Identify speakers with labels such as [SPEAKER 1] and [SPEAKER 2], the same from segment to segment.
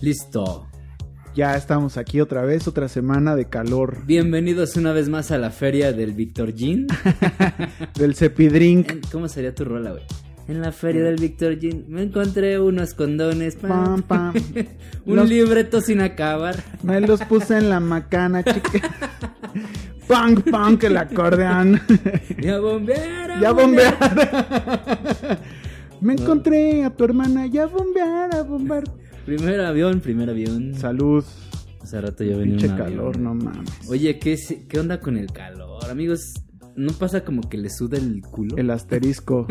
[SPEAKER 1] Listo.
[SPEAKER 2] Ya estamos aquí otra vez, otra semana de calor.
[SPEAKER 1] Bienvenidos una vez más a la feria del Victor Jean.
[SPEAKER 2] del Cepidrink.
[SPEAKER 1] ¿Cómo sería tu rola, güey? En la feria del Victor Jean me encontré unos condones.
[SPEAKER 2] Mm. Pam, pam.
[SPEAKER 1] Un
[SPEAKER 2] Los-
[SPEAKER 1] libreto sin acabar.
[SPEAKER 2] Me los puse en la macana, chica. punk, punk, el acordeón.
[SPEAKER 1] Ya bombearon.
[SPEAKER 2] ya bombear. Me encontré a tu hermana, ya bombear, a bombar.
[SPEAKER 1] Primer avión, primer avión.
[SPEAKER 2] Salud.
[SPEAKER 1] Hace rato ya venía
[SPEAKER 2] Pinche
[SPEAKER 1] un avión,
[SPEAKER 2] calor,
[SPEAKER 1] güey.
[SPEAKER 2] no mames.
[SPEAKER 1] Oye, ¿qué, se- ¿qué onda con el calor? Amigos, ¿no pasa como que le suda el culo?
[SPEAKER 2] El asterisco.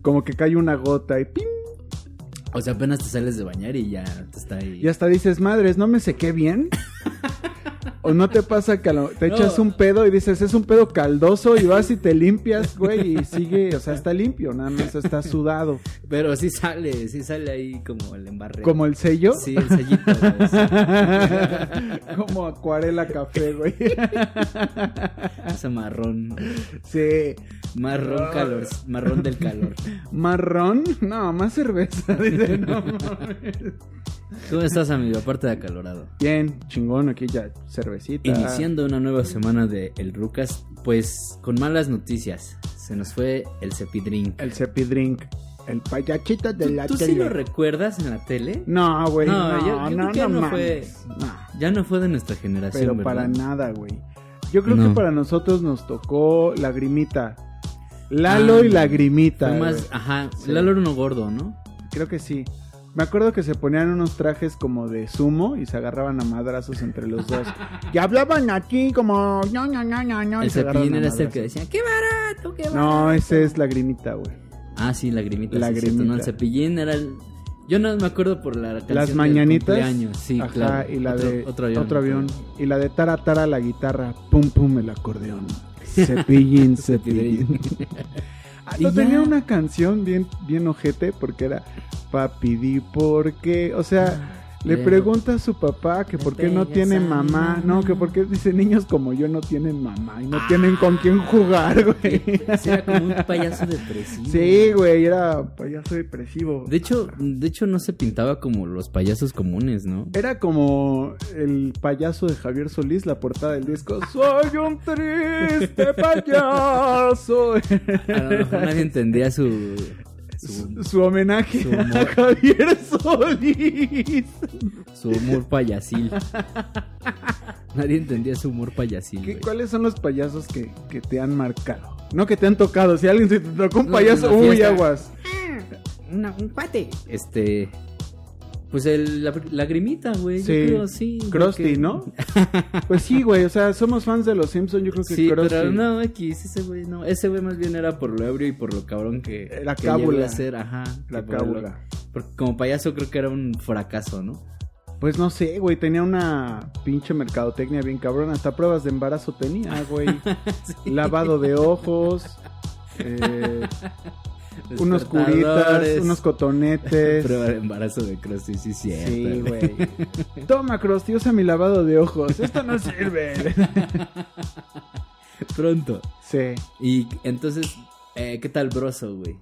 [SPEAKER 2] Como que cae una gota y pim.
[SPEAKER 1] O sea, apenas te sales de bañar y ya te está ahí.
[SPEAKER 2] Y hasta dices, madres, no me sequé bien. O no te pasa que a lo- te
[SPEAKER 1] No.
[SPEAKER 2] echas un pedo y dices, es un pedo caldoso y vas y te limpias, güey, y sigue, o sea, está limpio, nada más está sudado.
[SPEAKER 1] Pero sí sale, sí sale ahí como el embarre.
[SPEAKER 2] Como el sello.
[SPEAKER 1] Sí, el sellito. güey, sí.
[SPEAKER 2] Como acuarela café, güey.
[SPEAKER 1] Ese marrón.
[SPEAKER 2] Sí.
[SPEAKER 1] Marrón calor. Marrón del calor.
[SPEAKER 2] Marrón, no, más cerveza, dice, no mames.
[SPEAKER 1] ¿Cómo estás, amigo? Aparte de acalorado.
[SPEAKER 2] Bien, chingón, aquí ya cervecita.
[SPEAKER 1] Iniciando una nueva semana de El Rucas, pues con malas noticias. Se nos fue el cepidrín.
[SPEAKER 2] El Cepi Drink, el payachito de
[SPEAKER 1] ¿Tú,
[SPEAKER 2] la
[SPEAKER 1] tú sí
[SPEAKER 2] tele.
[SPEAKER 1] lo recuerdas en la tele?
[SPEAKER 2] No, güey,
[SPEAKER 1] No,
[SPEAKER 2] no, no,
[SPEAKER 1] yo- yo creo
[SPEAKER 2] no,
[SPEAKER 1] que no
[SPEAKER 2] mames. No,
[SPEAKER 1] Ya no fue de nuestra generación,
[SPEAKER 2] pero
[SPEAKER 1] ¿verdad?
[SPEAKER 2] para nada, güey. Yo creo
[SPEAKER 1] No.
[SPEAKER 2] que para nosotros nos tocó Lagrimita. Lalo
[SPEAKER 1] Ah,
[SPEAKER 2] y Lagrimita.
[SPEAKER 1] Fue más,
[SPEAKER 2] güey.
[SPEAKER 1] ajá,
[SPEAKER 2] Sí.
[SPEAKER 1] Lalo era uno gordo, ¿no?
[SPEAKER 2] Creo que sí. Me acuerdo que se ponían unos trajes como de sumo y se agarraban a madrazos entre los dos. y hablaban aquí como... No, no, no, no, no. y
[SPEAKER 1] el
[SPEAKER 2] se agarraban
[SPEAKER 1] cepillín
[SPEAKER 2] a
[SPEAKER 1] era ese que
[SPEAKER 2] madrazos.
[SPEAKER 1] decía, ¡qué barato, qué barato!
[SPEAKER 2] No, ese es Lagrimita, güey.
[SPEAKER 1] Ah, sí, lagrimita. sí, es
[SPEAKER 2] Lagrimita.
[SPEAKER 1] cierto, ¿no? El cepillín era el... Yo no me acuerdo por la canción
[SPEAKER 2] Las
[SPEAKER 1] del
[SPEAKER 2] mañanitas.
[SPEAKER 1] cumpleaños, sí,
[SPEAKER 2] Ajá,
[SPEAKER 1] claro.
[SPEAKER 2] y la
[SPEAKER 1] Otro-
[SPEAKER 2] de
[SPEAKER 1] otro avión.
[SPEAKER 2] Y la de Tara Tara la guitarra, pum pum el acordeón. Cepillín, cepillín. Ah, no
[SPEAKER 1] Y
[SPEAKER 2] tenía
[SPEAKER 1] ya.
[SPEAKER 2] una canción bien bien ojete porque era papi di por qué, o sea, le
[SPEAKER 1] Pero-
[SPEAKER 2] pregunta a su papá que
[SPEAKER 1] Me
[SPEAKER 2] por qué no
[SPEAKER 1] Ah, pegas
[SPEAKER 2] tiene
[SPEAKER 1] a mi
[SPEAKER 2] mamá, no, que
[SPEAKER 1] mamá.
[SPEAKER 2] por qué dice niños como yo no tienen mamá y no tienen con quién
[SPEAKER 1] Ah,
[SPEAKER 2] jugar, güey.
[SPEAKER 1] Ese era como un payaso depresivo.
[SPEAKER 2] Sí, güey, era payaso depresivo.
[SPEAKER 1] De hecho, de hecho no se pintaba como los payasos comunes, ¿no?
[SPEAKER 2] Era como el payaso de Javier Solís, la portada del disco. Soy un triste payaso.
[SPEAKER 1] A lo mejor nadie entendía su... su...
[SPEAKER 2] Su, su homenaje
[SPEAKER 1] Su
[SPEAKER 2] a
[SPEAKER 1] humor.
[SPEAKER 2] Javier Solís.
[SPEAKER 1] su humor payasil. Nadie entendía su humor payasil.
[SPEAKER 2] ¿Qué-
[SPEAKER 1] güey.
[SPEAKER 2] ¿Cuáles son los payasos que, que te han marcado? No que te han tocado. Si alguien se te tocó un
[SPEAKER 1] No,
[SPEAKER 2] payaso,
[SPEAKER 1] en la
[SPEAKER 2] uy,
[SPEAKER 1] fiesta.
[SPEAKER 2] aguas.
[SPEAKER 1] Una- un cuate. Este. Pues el, la lagrimita, güey.
[SPEAKER 2] Sí.
[SPEAKER 1] Yo creo, sí.
[SPEAKER 2] Krusty,
[SPEAKER 1] porque-
[SPEAKER 2] ¿no? Pues sí, güey. O sea, somos fans de los Simpsons. Yo creo que
[SPEAKER 1] Sí,
[SPEAKER 2] Krusty.
[SPEAKER 1] pero no, X, ese güey no. Ese güey más bien era por lo ebrio y por lo cabrón que.
[SPEAKER 2] La
[SPEAKER 1] que llegó
[SPEAKER 2] cábula.
[SPEAKER 1] a ser, ajá. que
[SPEAKER 2] La
[SPEAKER 1] por lo-
[SPEAKER 2] cábula.
[SPEAKER 1] porque como payaso creo que era un fracaso, ¿no?
[SPEAKER 2] Pues no sé, güey, tenía una pinche mercadotecnia bien cabrón, hasta pruebas de embarazo tenía, güey. Lavado de ojos, eh, unos curitas,
[SPEAKER 1] Despertadores,
[SPEAKER 2] unos cotonetes.
[SPEAKER 1] Prueba de embarazo de Krusty, sí, cierto.
[SPEAKER 2] Sí, güey. Toma, Krusty, usa mi lavado de ojos. Esto no sirve.
[SPEAKER 1] Pronto.
[SPEAKER 2] Sí.
[SPEAKER 1] Y entonces, eh, ¿qué tal Broso, güey?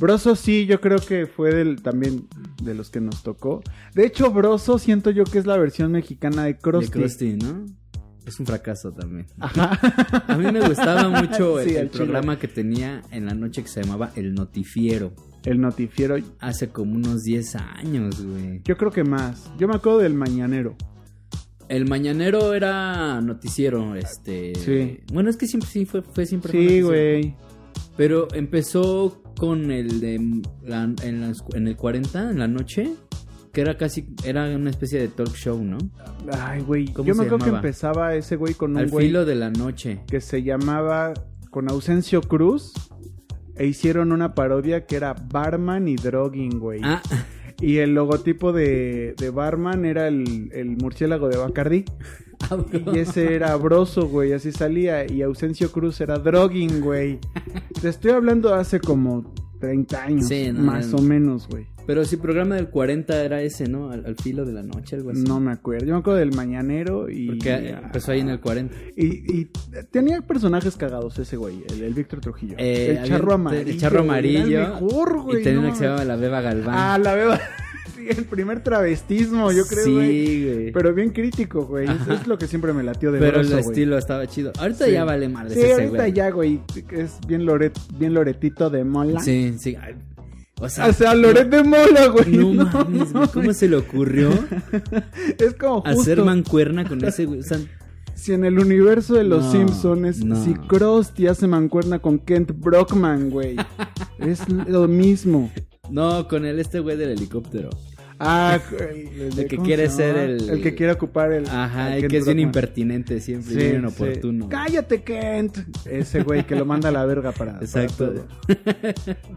[SPEAKER 2] Broso sí, yo creo que fue del, también de los que nos tocó. De hecho, Broso siento yo que es la versión mexicana de
[SPEAKER 1] De
[SPEAKER 2] Krusty.
[SPEAKER 1] Krusty, ¿no? Es un fracaso también. A mí me gustaba mucho el,
[SPEAKER 2] Sí,
[SPEAKER 1] el
[SPEAKER 2] al chile.
[SPEAKER 1] programa que tenía en la noche que se llamaba El Notifiero.
[SPEAKER 2] El notifiero,
[SPEAKER 1] Hace como unos 10 años, güey.
[SPEAKER 2] yo creo que más. Yo me acuerdo del mañanero.
[SPEAKER 1] El mañanero era noticiero, este.
[SPEAKER 2] Sí.
[SPEAKER 1] Bueno, es que siempre sí fue, fue siempre. fue
[SPEAKER 2] Sí,
[SPEAKER 1] noticiero.
[SPEAKER 2] güey.
[SPEAKER 1] Pero empezó con el de la- en, las- en el 40 en la noche, que era casi era una especie de talk show, ¿no?
[SPEAKER 2] Ay, güey. Yo
[SPEAKER 1] ¿Cómo
[SPEAKER 2] me
[SPEAKER 1] se
[SPEAKER 2] acuerdo que
[SPEAKER 1] llamaba?
[SPEAKER 2] empezaba ese güey con un
[SPEAKER 1] Al
[SPEAKER 2] güey
[SPEAKER 1] filo de la noche.
[SPEAKER 2] que se llamaba con Ausencio Cruz. E hicieron una parodia que era Barman y Drogging, güey.
[SPEAKER 1] Ah,
[SPEAKER 2] Y el logotipo de, de Barman era el, el murciélago de Bacardi.
[SPEAKER 1] ah, bro.
[SPEAKER 2] Y ese era Broso, güey. Así salía. Y Ausencio Cruz era Drogging, güey. Te estoy hablando hace como 30 años.
[SPEAKER 1] Sí, no,
[SPEAKER 2] más
[SPEAKER 1] no.
[SPEAKER 2] o menos, güey.
[SPEAKER 1] Pero sí, programa del 40 era ese, ¿no? Al, al filo de la noche, algo así.
[SPEAKER 2] No me acuerdo. Yo me acuerdo del Mañanero y...
[SPEAKER 1] Pues Porque eh, empezó ahí en el 40.
[SPEAKER 2] Y, y tenía personajes cagados ese güey, el, el Víctor Trujillo.
[SPEAKER 1] Eh,
[SPEAKER 2] el
[SPEAKER 1] había-
[SPEAKER 2] charro amarillo.
[SPEAKER 1] El charro
[SPEAKER 2] güey, era el
[SPEAKER 1] amarillo.
[SPEAKER 2] mejor, güey.
[SPEAKER 1] y tenía
[SPEAKER 2] no
[SPEAKER 1] una que se
[SPEAKER 2] mames.
[SPEAKER 1] llamaba La Beba Galván.
[SPEAKER 2] Ah, la beba. el primer travestismo, yo creo,
[SPEAKER 1] sí,
[SPEAKER 2] güey.
[SPEAKER 1] güey.
[SPEAKER 2] Pero bien crítico, güey. Es, es lo que siempre me latió de
[SPEAKER 1] Pero el
[SPEAKER 2] Broso, güey.
[SPEAKER 1] estilo estaba chido. Ahorita
[SPEAKER 2] Sí.
[SPEAKER 1] ya vale madre
[SPEAKER 2] Sí,
[SPEAKER 1] ese
[SPEAKER 2] ahorita
[SPEAKER 1] güey.
[SPEAKER 2] ya, güey. Es bien, Loret, bien Loretito de Mola.
[SPEAKER 1] Sí, sí. Ay, O sea,
[SPEAKER 2] O sea, Loret de Mola, güey.
[SPEAKER 1] no, mames, güey, ¿cómo se le ocurrió
[SPEAKER 2] Es como justo.
[SPEAKER 1] hacer mancuerna con ese güey? O sea,
[SPEAKER 2] Si en el universo de los
[SPEAKER 1] No,
[SPEAKER 2] Simpsons,
[SPEAKER 1] no.
[SPEAKER 2] si Krusty hace mancuerna con Kent Brockman, güey. es lo mismo.
[SPEAKER 1] no, con el este güey del helicóptero.
[SPEAKER 2] Ah, el, el de-
[SPEAKER 1] El que
[SPEAKER 2] ¿cómo
[SPEAKER 1] quiere
[SPEAKER 2] se
[SPEAKER 1] ser
[SPEAKER 2] llama?
[SPEAKER 1] el-
[SPEAKER 2] El que quiere ocupar el. al
[SPEAKER 1] Ajá, el
[SPEAKER 2] Kent
[SPEAKER 1] que es bien
[SPEAKER 2] Brockman.
[SPEAKER 1] impertinente siempre,
[SPEAKER 2] Sí,
[SPEAKER 1] bien
[SPEAKER 2] sí.
[SPEAKER 1] inoportuno.
[SPEAKER 2] Cállate, Kent. Ese güey que lo manda a la verga para. para
[SPEAKER 1] Exacto.
[SPEAKER 2] todo.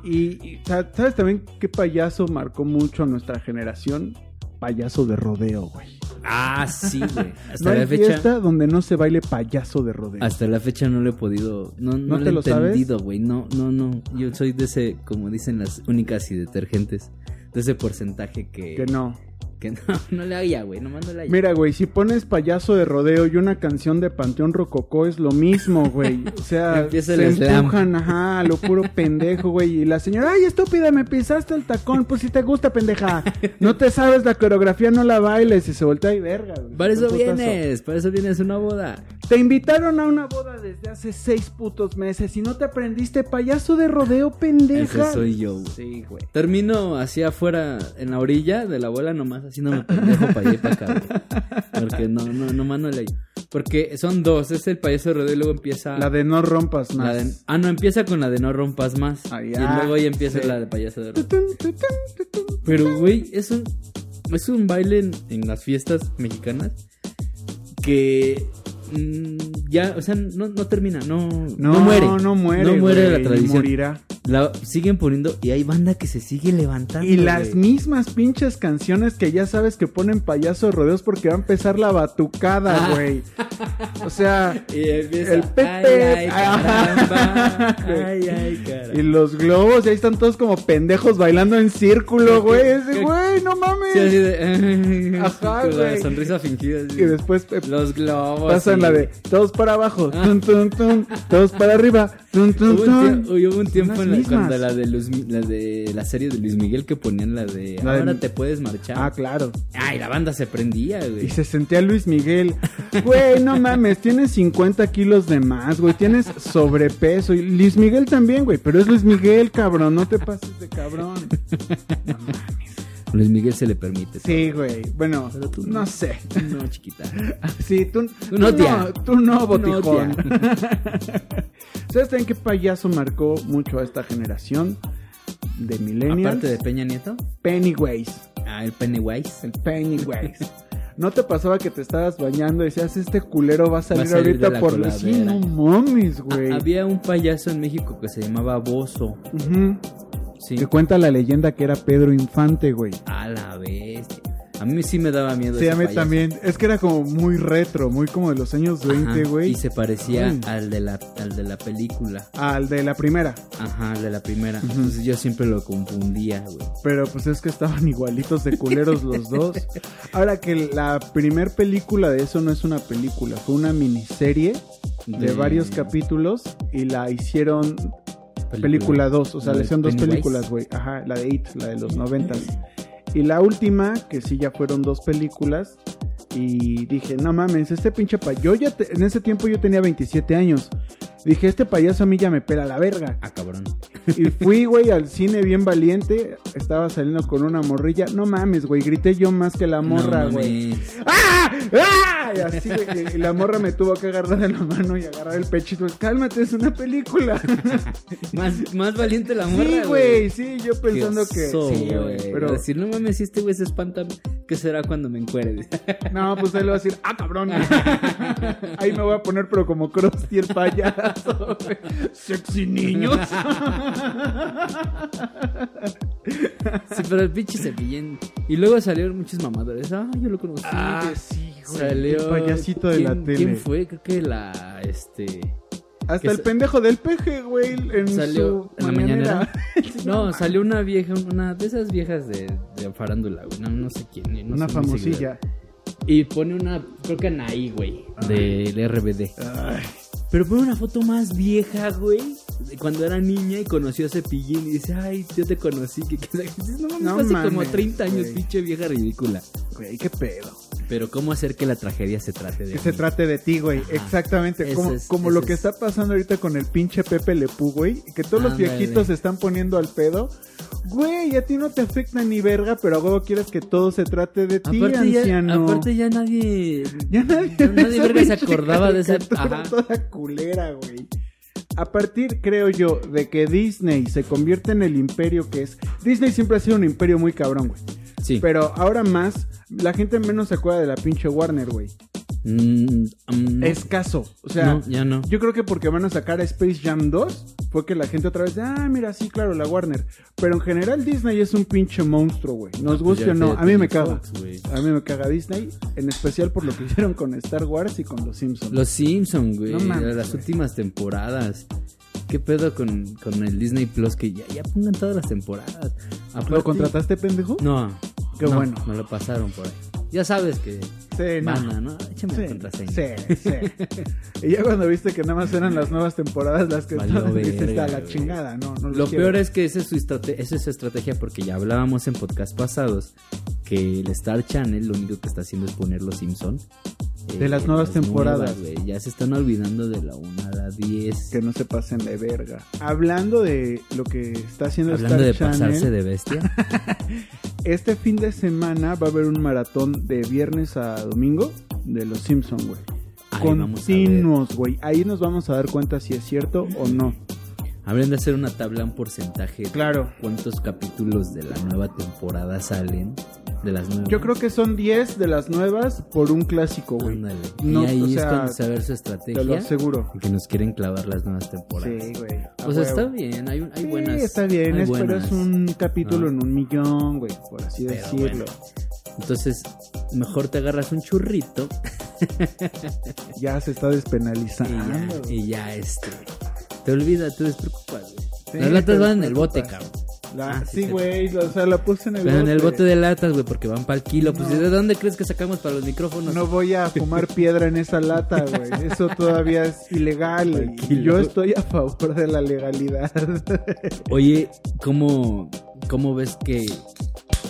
[SPEAKER 2] Y, y, sa- ¿sabes también qué payaso marcó mucho a nuestra generación? Payaso de rodeo, güey.
[SPEAKER 1] Ah, sí, güey. Hasta
[SPEAKER 2] No hay
[SPEAKER 1] la fecha.
[SPEAKER 2] fiesta donde no se baile payaso de rodeo.
[SPEAKER 1] Hasta la fecha no lo he podido. No, no,
[SPEAKER 2] ¿No
[SPEAKER 1] lo
[SPEAKER 2] te
[SPEAKER 1] he
[SPEAKER 2] lo sabes?
[SPEAKER 1] entendido, güey. No, no, no. Yo soy de ese, como dicen las únicas y detergentes, de ese porcentaje que.
[SPEAKER 2] Que no.
[SPEAKER 1] que no, no le haya, güey. No mando la
[SPEAKER 2] Mira, güey, si pones payaso de rodeo y una canción de Panteón Rococó es lo mismo, güey. O sea,
[SPEAKER 1] Empieza
[SPEAKER 2] se
[SPEAKER 1] el slam.
[SPEAKER 2] empujan, ajá, a lo puro pendejo, güey. Y la señora, ay, estúpida, me pisaste el tacón. Pues si te gusta, pendeja. No te sabes la coreografía, no la bailes. Y se voltea y verga, güey.
[SPEAKER 1] Para eso
[SPEAKER 2] Un putazo.
[SPEAKER 1] vienes, para eso vienes a una boda.
[SPEAKER 2] Te invitaron a una boda desde hace seis putos meses y no te aprendiste payaso de rodeo, pendeja.
[SPEAKER 1] Ese soy yo, güey.
[SPEAKER 2] Sí, güey.
[SPEAKER 1] Termino así afuera, en la orilla de la abuela nomás, haciéndome pendejo para allá y para acá, güey. Porque no, no, no mando la Porque son dos, es el payaso de rodeo y luego empieza...
[SPEAKER 2] La de no rompas
[SPEAKER 1] la
[SPEAKER 2] más.
[SPEAKER 1] de- ah, no, empieza con la de no rompas más.
[SPEAKER 2] Ah,
[SPEAKER 1] y
[SPEAKER 2] ya.
[SPEAKER 1] luego ya empieza
[SPEAKER 2] Sí.
[SPEAKER 1] la de payaso de rodeo.
[SPEAKER 2] Tutun, tutun, tutun.
[SPEAKER 1] Pero, güey, es un, es un baile en, en las fiestas mexicanas que mm, ya, o sea, no, no termina, no, no, muere.
[SPEAKER 2] No muere.
[SPEAKER 1] No muere
[SPEAKER 2] güey,
[SPEAKER 1] la
[SPEAKER 2] ni
[SPEAKER 1] tradición.
[SPEAKER 2] morirá.
[SPEAKER 1] La siguen poniendo y hay banda que se sigue levantando.
[SPEAKER 2] Y las
[SPEAKER 1] güey.
[SPEAKER 2] mismas pinches canciones que ya sabes que ponen payaso de rodeos porque va a empezar la batucada,
[SPEAKER 1] Ah.
[SPEAKER 2] güey. O sea,
[SPEAKER 1] Y empieza,
[SPEAKER 2] el Pepe.
[SPEAKER 1] Ay, ay,
[SPEAKER 2] Ah.
[SPEAKER 1] caramba. ay, ay, caramba.
[SPEAKER 2] y los globos, y ahí están todos como pendejos bailando en círculo, güey.
[SPEAKER 1] ¿Qué-
[SPEAKER 2] Ese,
[SPEAKER 1] qué-
[SPEAKER 2] güey, no
[SPEAKER 1] Sí, así
[SPEAKER 2] mames.
[SPEAKER 1] de-
[SPEAKER 2] Ajá,
[SPEAKER 1] con la
[SPEAKER 2] güey.
[SPEAKER 1] sonrisa fingida. así.
[SPEAKER 2] Y después eh,
[SPEAKER 1] los globos.
[SPEAKER 2] pasan
[SPEAKER 1] y-
[SPEAKER 2] la de todos para abajo,
[SPEAKER 1] Ah.
[SPEAKER 2] tun, tun, tun, todos para arriba, tun, tun,
[SPEAKER 1] Hubo un,
[SPEAKER 2] tun.
[SPEAKER 1] tie- uy, hubo un tiempo
[SPEAKER 2] las
[SPEAKER 1] en la,
[SPEAKER 2] mismas.
[SPEAKER 1] cuando la de, Luz, Mi- la de la serie de Luis Miguel que ponían la de
[SPEAKER 2] La de-
[SPEAKER 1] ahora te puedes marchar.
[SPEAKER 2] Ah, claro.
[SPEAKER 1] Ay, la banda se prendía,
[SPEAKER 2] Y
[SPEAKER 1] güey.
[SPEAKER 2] se sentía Luis Miguel. Güey, no mames, tienes 50 kilos de más, güey. Tienes sobrepeso. Y Luis Miguel también, güey. Pero es Luis Miguel, cabrón. No te pases de cabrón.
[SPEAKER 1] Luis Miguel se le permite.
[SPEAKER 2] Sí, güey. Bueno,
[SPEAKER 1] Pero tú no.
[SPEAKER 2] no sé.
[SPEAKER 1] No, chiquita.
[SPEAKER 2] Sí, tú,
[SPEAKER 1] Tú no, tía.
[SPEAKER 2] tú
[SPEAKER 1] Tú no,
[SPEAKER 2] no, botijón. ¿Sabes también qué payaso marcó mucho a esta generación de millennials?
[SPEAKER 1] Aparte de Peña Nieto.
[SPEAKER 2] Pennywise.
[SPEAKER 1] Ah, el Pennywise.
[SPEAKER 2] El Pennywise. ¿No te pasaba que te estabas bañando y decías, este culero va a salir,
[SPEAKER 1] salir de
[SPEAKER 2] ahorita
[SPEAKER 1] la
[SPEAKER 2] por la... Sí,
[SPEAKER 1] coladera"?
[SPEAKER 2] no mames, güey.
[SPEAKER 1] Ah, había un payaso en México que se llamaba Bozo.
[SPEAKER 2] Ujú.
[SPEAKER 1] Sí.
[SPEAKER 2] Que cuenta la leyenda que era Pedro Infante, güey.
[SPEAKER 1] A la bestia. A mí sí me daba miedo.
[SPEAKER 2] Sí,
[SPEAKER 1] ese
[SPEAKER 2] a mí
[SPEAKER 1] payaso.
[SPEAKER 2] también. Es que era como muy retro, muy como de los años
[SPEAKER 1] Ajá,
[SPEAKER 2] 20, güey.
[SPEAKER 1] Y se parecía
[SPEAKER 2] Ay.
[SPEAKER 1] al de, la, al de la película.
[SPEAKER 2] Al de la primera.
[SPEAKER 1] Ajá, al de la primera.
[SPEAKER 2] Ujú.
[SPEAKER 1] Entonces yo siempre lo confundía, güey.
[SPEAKER 2] Pero pues es que estaban igualitos de culeros los dos. Ahora que la primer película de eso no es una película, fue una miniserie de
[SPEAKER 1] Mm.
[SPEAKER 2] varios capítulos y la hicieron película 2, o sea,
[SPEAKER 1] La
[SPEAKER 2] le
[SPEAKER 1] de
[SPEAKER 2] hicieron dos
[SPEAKER 1] Pennywise.
[SPEAKER 2] películas, güey. Ajá, la de It, la de los noventas. Y la última, que sí ya fueron dos películas. Y dije, no mames, este pinche payaso. Yo ya te- en ese tiempo yo tenía 27 años. Dije, este payaso a mí ya me pela la verga.
[SPEAKER 1] Ah, cabrón.
[SPEAKER 2] Y fui, güey, al cine bien valiente. Estaba saliendo con una morrilla. No mames, güey, grité yo más que la morra,
[SPEAKER 1] No
[SPEAKER 2] güey.
[SPEAKER 1] mames.
[SPEAKER 2] ¡Ah! ¡Ah! Y así, güey, y la morra me tuvo que agarrar de la mano y agarrar el pechito. Cálmate, es una película.
[SPEAKER 1] Más, más valiente la morra,
[SPEAKER 2] Sí, güey, sí, yo pensando
[SPEAKER 1] Qué
[SPEAKER 2] que.
[SPEAKER 1] oso,
[SPEAKER 2] sí,
[SPEAKER 1] güey.
[SPEAKER 2] güey. Pero.
[SPEAKER 1] Decir, no mames, si este güey se espanta, ¿qué será cuando me encuere?
[SPEAKER 2] No, pues él va a decir, ah, cabrón. Ahí me voy a poner, pero como Krusty el payaso. güey. Sexy niños.
[SPEAKER 1] sí, pero el pinche cepillín. Y luego salieron muchos mamadores. Ah, yo lo conocí. que
[SPEAKER 2] sí,
[SPEAKER 1] salió.
[SPEAKER 2] El payasito de la
[SPEAKER 1] ¿quién-
[SPEAKER 2] tele.
[SPEAKER 1] ¿Quién fue? Creo que la. Este.
[SPEAKER 2] Hasta
[SPEAKER 1] Que
[SPEAKER 2] el
[SPEAKER 1] sa-
[SPEAKER 2] pendejo del peje, güey. En
[SPEAKER 1] Salió
[SPEAKER 2] su
[SPEAKER 1] en la mañanera.
[SPEAKER 2] Sí,
[SPEAKER 1] No, salió una vieja, una de esas viejas de, de farándula, güey. No, no sé quién. no
[SPEAKER 2] Una
[SPEAKER 1] son mis seguidores.
[SPEAKER 2] famosilla.
[SPEAKER 1] Y pone una, creo que Anaí, güey, del RBD.
[SPEAKER 2] Ay,
[SPEAKER 1] Pero pone una foto más vieja, güey. cuando era niña y conoció a Cepillín y dice, ay, yo te conocí. Que, que- dices, no mames,
[SPEAKER 2] No
[SPEAKER 1] fue hace como
[SPEAKER 2] mames,
[SPEAKER 1] 30 años,
[SPEAKER 2] güey.
[SPEAKER 1] pinche vieja ridícula.
[SPEAKER 2] Güey, qué pedo.
[SPEAKER 1] Pero ¿cómo hacer que la tragedia se trate de
[SPEAKER 2] Que se
[SPEAKER 1] mí?
[SPEAKER 2] trate de ti, güey.
[SPEAKER 1] Ajá.
[SPEAKER 2] Exactamente.
[SPEAKER 1] Ese
[SPEAKER 2] Como,
[SPEAKER 1] es-
[SPEAKER 2] como
[SPEAKER 1] ese
[SPEAKER 2] lo que
[SPEAKER 1] es.
[SPEAKER 2] está pasando ahorita con el pinche Pepe Lepú, güey. Que todos los
[SPEAKER 1] Ándale.
[SPEAKER 2] viejitos se están poniendo al pedo. Güey, a ti no te afecta ni verga, pero a huevo quieres que todo se trate de ti,
[SPEAKER 1] Aparte ya,
[SPEAKER 2] anciano.
[SPEAKER 1] aparte ya nadie...
[SPEAKER 2] Ya nadie,
[SPEAKER 1] Ya nadie
[SPEAKER 2] esa
[SPEAKER 1] verga se
[SPEAKER 2] pinche
[SPEAKER 1] acordaba de esa-
[SPEAKER 2] caricatura
[SPEAKER 1] ajá.
[SPEAKER 2] toda culera, güey. A partir, creo yo, de que Disney se convierte en el imperio que es. Disney siempre ha sido un imperio muy cabrón, güey.
[SPEAKER 1] Sí.
[SPEAKER 2] Pero ahora más, la gente menos se acuerda de la pinche Warner, güey.
[SPEAKER 1] Mm, mm, no.
[SPEAKER 2] Escaso. O sea,
[SPEAKER 1] no, ya no.
[SPEAKER 2] yo creo que porque van a sacar a Space Jam 2, fue que la gente otra vez, ah, mira, sí, claro, la Warner. Pero en general Disney es un pinche monstruo, güey.
[SPEAKER 1] Pues
[SPEAKER 2] Nos guste
[SPEAKER 1] ya
[SPEAKER 2] o no,
[SPEAKER 1] fíjate,
[SPEAKER 2] a mí me
[SPEAKER 1] Fox,
[SPEAKER 2] caga.
[SPEAKER 1] güey.
[SPEAKER 2] A mí me caga Disney, en especial por lo que hicieron con Star Wars y con Los Simpsons.
[SPEAKER 1] Los Simpsons, güey.
[SPEAKER 2] No mames,
[SPEAKER 1] las
[SPEAKER 2] güey.
[SPEAKER 1] últimas temporadas. ¿Qué pedo con, con el Disney Plus? Que ya, ya pongan todas las temporadas.
[SPEAKER 2] ¿Lo
[SPEAKER 1] Aparte-
[SPEAKER 2] contrataste, pendejo?
[SPEAKER 1] No.
[SPEAKER 2] Qué
[SPEAKER 1] no,
[SPEAKER 2] bueno.
[SPEAKER 1] Me lo pasaron por ahí. Ya sabes que.
[SPEAKER 2] Sí, no.
[SPEAKER 1] Mana, ¿no? Échame la
[SPEAKER 2] Sí,
[SPEAKER 1] contraseña.
[SPEAKER 2] sí, sí. Y ya cuando viste que nada más eran las nuevas temporadas las que
[SPEAKER 1] Valió
[SPEAKER 2] estaban, dijiste,
[SPEAKER 1] verga,
[SPEAKER 2] está la
[SPEAKER 1] güey.
[SPEAKER 2] chingada, no, no los
[SPEAKER 1] Lo
[SPEAKER 2] quiero.
[SPEAKER 1] peor es que esa es, su estrate- esa es su estrategia porque ya hablábamos en podcast pasados que el Star Channel lo único que está haciendo es poner los Simpson eh,
[SPEAKER 2] De las nuevas temporadas.
[SPEAKER 1] nuevas, güey. ya se están olvidando de la 1 a la 10.
[SPEAKER 2] Que no se pasen de verga. Hablando de lo que está haciendo
[SPEAKER 1] Hablando
[SPEAKER 2] Star
[SPEAKER 1] de
[SPEAKER 2] Channel,
[SPEAKER 1] pasarse de bestia.
[SPEAKER 2] este fin de semana va a haber un maratón de viernes a domingo de los Simpsons, güey.
[SPEAKER 1] Ahí vamos a ver.
[SPEAKER 2] Continuos, güey. Ahí nos vamos a dar cuenta si es cierto o no.
[SPEAKER 1] Habrían de hacer una tabla, un porcentaje. de
[SPEAKER 2] Claro.
[SPEAKER 1] ¿Cuántos capítulos de la nueva temporada salen? De las nuevas.
[SPEAKER 2] Yo creo que son 10 de las nuevas por un clásico, güey.
[SPEAKER 1] Ándale.
[SPEAKER 2] No,
[SPEAKER 1] y ahí
[SPEAKER 2] o
[SPEAKER 1] es
[SPEAKER 2] sea,
[SPEAKER 1] cuando saber su
[SPEAKER 2] Te lo
[SPEAKER 1] estrategia.
[SPEAKER 2] aseguro.
[SPEAKER 1] Que nos quieren clavar las nuevas temporadas.
[SPEAKER 2] Sí, güey. a
[SPEAKER 1] O sea, Pues está
[SPEAKER 2] huevo.
[SPEAKER 1] bien, hay, un- hay
[SPEAKER 2] Sí,
[SPEAKER 1] buenas.
[SPEAKER 2] está bien,
[SPEAKER 1] hay
[SPEAKER 2] es, pero
[SPEAKER 1] buenas.
[SPEAKER 2] es un
[SPEAKER 1] No.
[SPEAKER 2] capítulo en un millón, güey, por así
[SPEAKER 1] Pero bueno.
[SPEAKER 2] decirlo.
[SPEAKER 1] Entonces, mejor te agarras un churrito
[SPEAKER 2] Ya se está
[SPEAKER 1] y ya,
[SPEAKER 2] despenalizando.
[SPEAKER 1] y ya este. Te olvidas, te despreocupas. güey.
[SPEAKER 2] Sí,
[SPEAKER 1] las latas
[SPEAKER 2] te
[SPEAKER 1] van en el bote,
[SPEAKER 2] despreocupas.
[SPEAKER 1] cabrón.
[SPEAKER 2] La-
[SPEAKER 1] Ah, sí,
[SPEAKER 2] sí,
[SPEAKER 1] te-
[SPEAKER 2] güey, o sea, la puse en el
[SPEAKER 1] Pero en
[SPEAKER 2] bote.
[SPEAKER 1] el bote de latas, güey, porque van para el kilo. Pues,
[SPEAKER 2] No.
[SPEAKER 1] ¿de dónde crees que sacamos para los micrófonos?
[SPEAKER 2] No voy a fumar piedra en esa lata, güey. Eso todavía es ilegal. güey.
[SPEAKER 1] Tranquilo.
[SPEAKER 2] Yo estoy a favor de la legalidad.
[SPEAKER 1] Oye, ¿cómo, ¿cómo ves que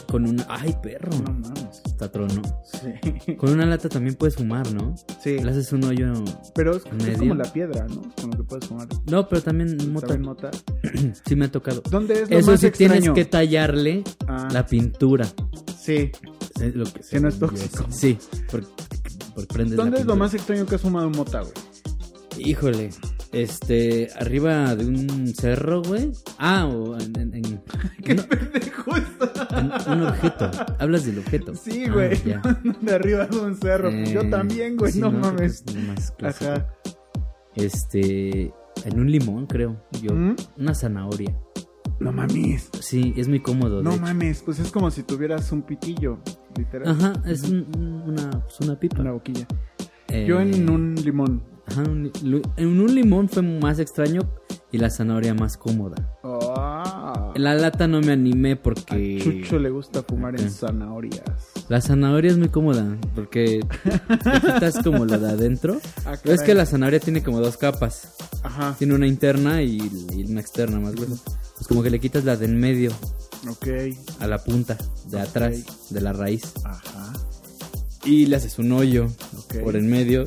[SPEAKER 1] con una... ¡Ay, perro!
[SPEAKER 2] No mames.
[SPEAKER 1] Está trono.
[SPEAKER 2] Sí.
[SPEAKER 1] Con una lata también puedes fumar, ¿no?
[SPEAKER 2] Sí.
[SPEAKER 1] Le haces un hoyo...
[SPEAKER 2] Pero es, es
[SPEAKER 1] Medio.
[SPEAKER 2] como la piedra, ¿no? Con lo que puedes fumar.
[SPEAKER 1] No, pero también mota.
[SPEAKER 2] ¿Saben mota?
[SPEAKER 1] Sí me ha tocado.
[SPEAKER 2] ¿Dónde es lo
[SPEAKER 1] Eso
[SPEAKER 2] más
[SPEAKER 1] sí tienes
[SPEAKER 2] extraño?
[SPEAKER 1] que tallarle
[SPEAKER 2] Ah,
[SPEAKER 1] la pintura.
[SPEAKER 2] Sí.
[SPEAKER 1] Es lo que,
[SPEAKER 2] Que no es
[SPEAKER 1] según yo,
[SPEAKER 2] tóxico.
[SPEAKER 1] Sí, por, por prendes la
[SPEAKER 2] ¿Dónde es lo
[SPEAKER 1] pintura.
[SPEAKER 2] más extraño que has fumado mota, güey?
[SPEAKER 1] Híjole, este, arriba de un cerro, güey. Ah, o en, en- en-
[SPEAKER 2] ¡Qué
[SPEAKER 1] no,
[SPEAKER 2] pendejo está!
[SPEAKER 1] en un objeto. Hablas del objeto.
[SPEAKER 2] Sí,
[SPEAKER 1] Ah,
[SPEAKER 2] güey.
[SPEAKER 1] ya.
[SPEAKER 2] de arriba de un cerro.
[SPEAKER 1] Eh,
[SPEAKER 2] Yo también, güey.
[SPEAKER 1] sí,
[SPEAKER 2] no,
[SPEAKER 1] creo que
[SPEAKER 2] mames.
[SPEAKER 1] es lo más clásico.
[SPEAKER 2] Ajá.
[SPEAKER 1] Este, en un limón, creo. Yo,
[SPEAKER 2] ¿Mm?
[SPEAKER 1] una zanahoria.
[SPEAKER 2] No mames.
[SPEAKER 1] Sí, es muy cómodo.
[SPEAKER 2] No
[SPEAKER 1] de hecho.
[SPEAKER 2] mames. Pues es como si tuvieras un pitillo. Literal.
[SPEAKER 1] Ajá, es un- un- una, pues, una pipa.
[SPEAKER 2] Una boquilla.
[SPEAKER 1] Eh,
[SPEAKER 2] Yo en un limón.
[SPEAKER 1] ajá, un li- lu- en un limón fue más extraño y la zanahoria más cómoda.
[SPEAKER 2] Ah.
[SPEAKER 1] En la lata no me animé
[SPEAKER 2] A
[SPEAKER 1] porque...
[SPEAKER 2] Chucho le gusta fumar en
[SPEAKER 1] Acá.
[SPEAKER 2] zanahorias.
[SPEAKER 1] La zanahoria es muy cómoda porque te quitas como la de adentro.
[SPEAKER 2] Ah,
[SPEAKER 1] Pero es
[SPEAKER 2] caray.
[SPEAKER 1] que la zanahoria tiene como dos capas.
[SPEAKER 2] Ajá.
[SPEAKER 1] Tiene una interna y, y una externa más gruesa. Pues como que le quitas la de en medio
[SPEAKER 2] Ok.
[SPEAKER 1] a la punta, de atrás, de la raíz.
[SPEAKER 2] Ajá.
[SPEAKER 1] Y le haces un hoyo
[SPEAKER 2] Ok.
[SPEAKER 1] por en medio.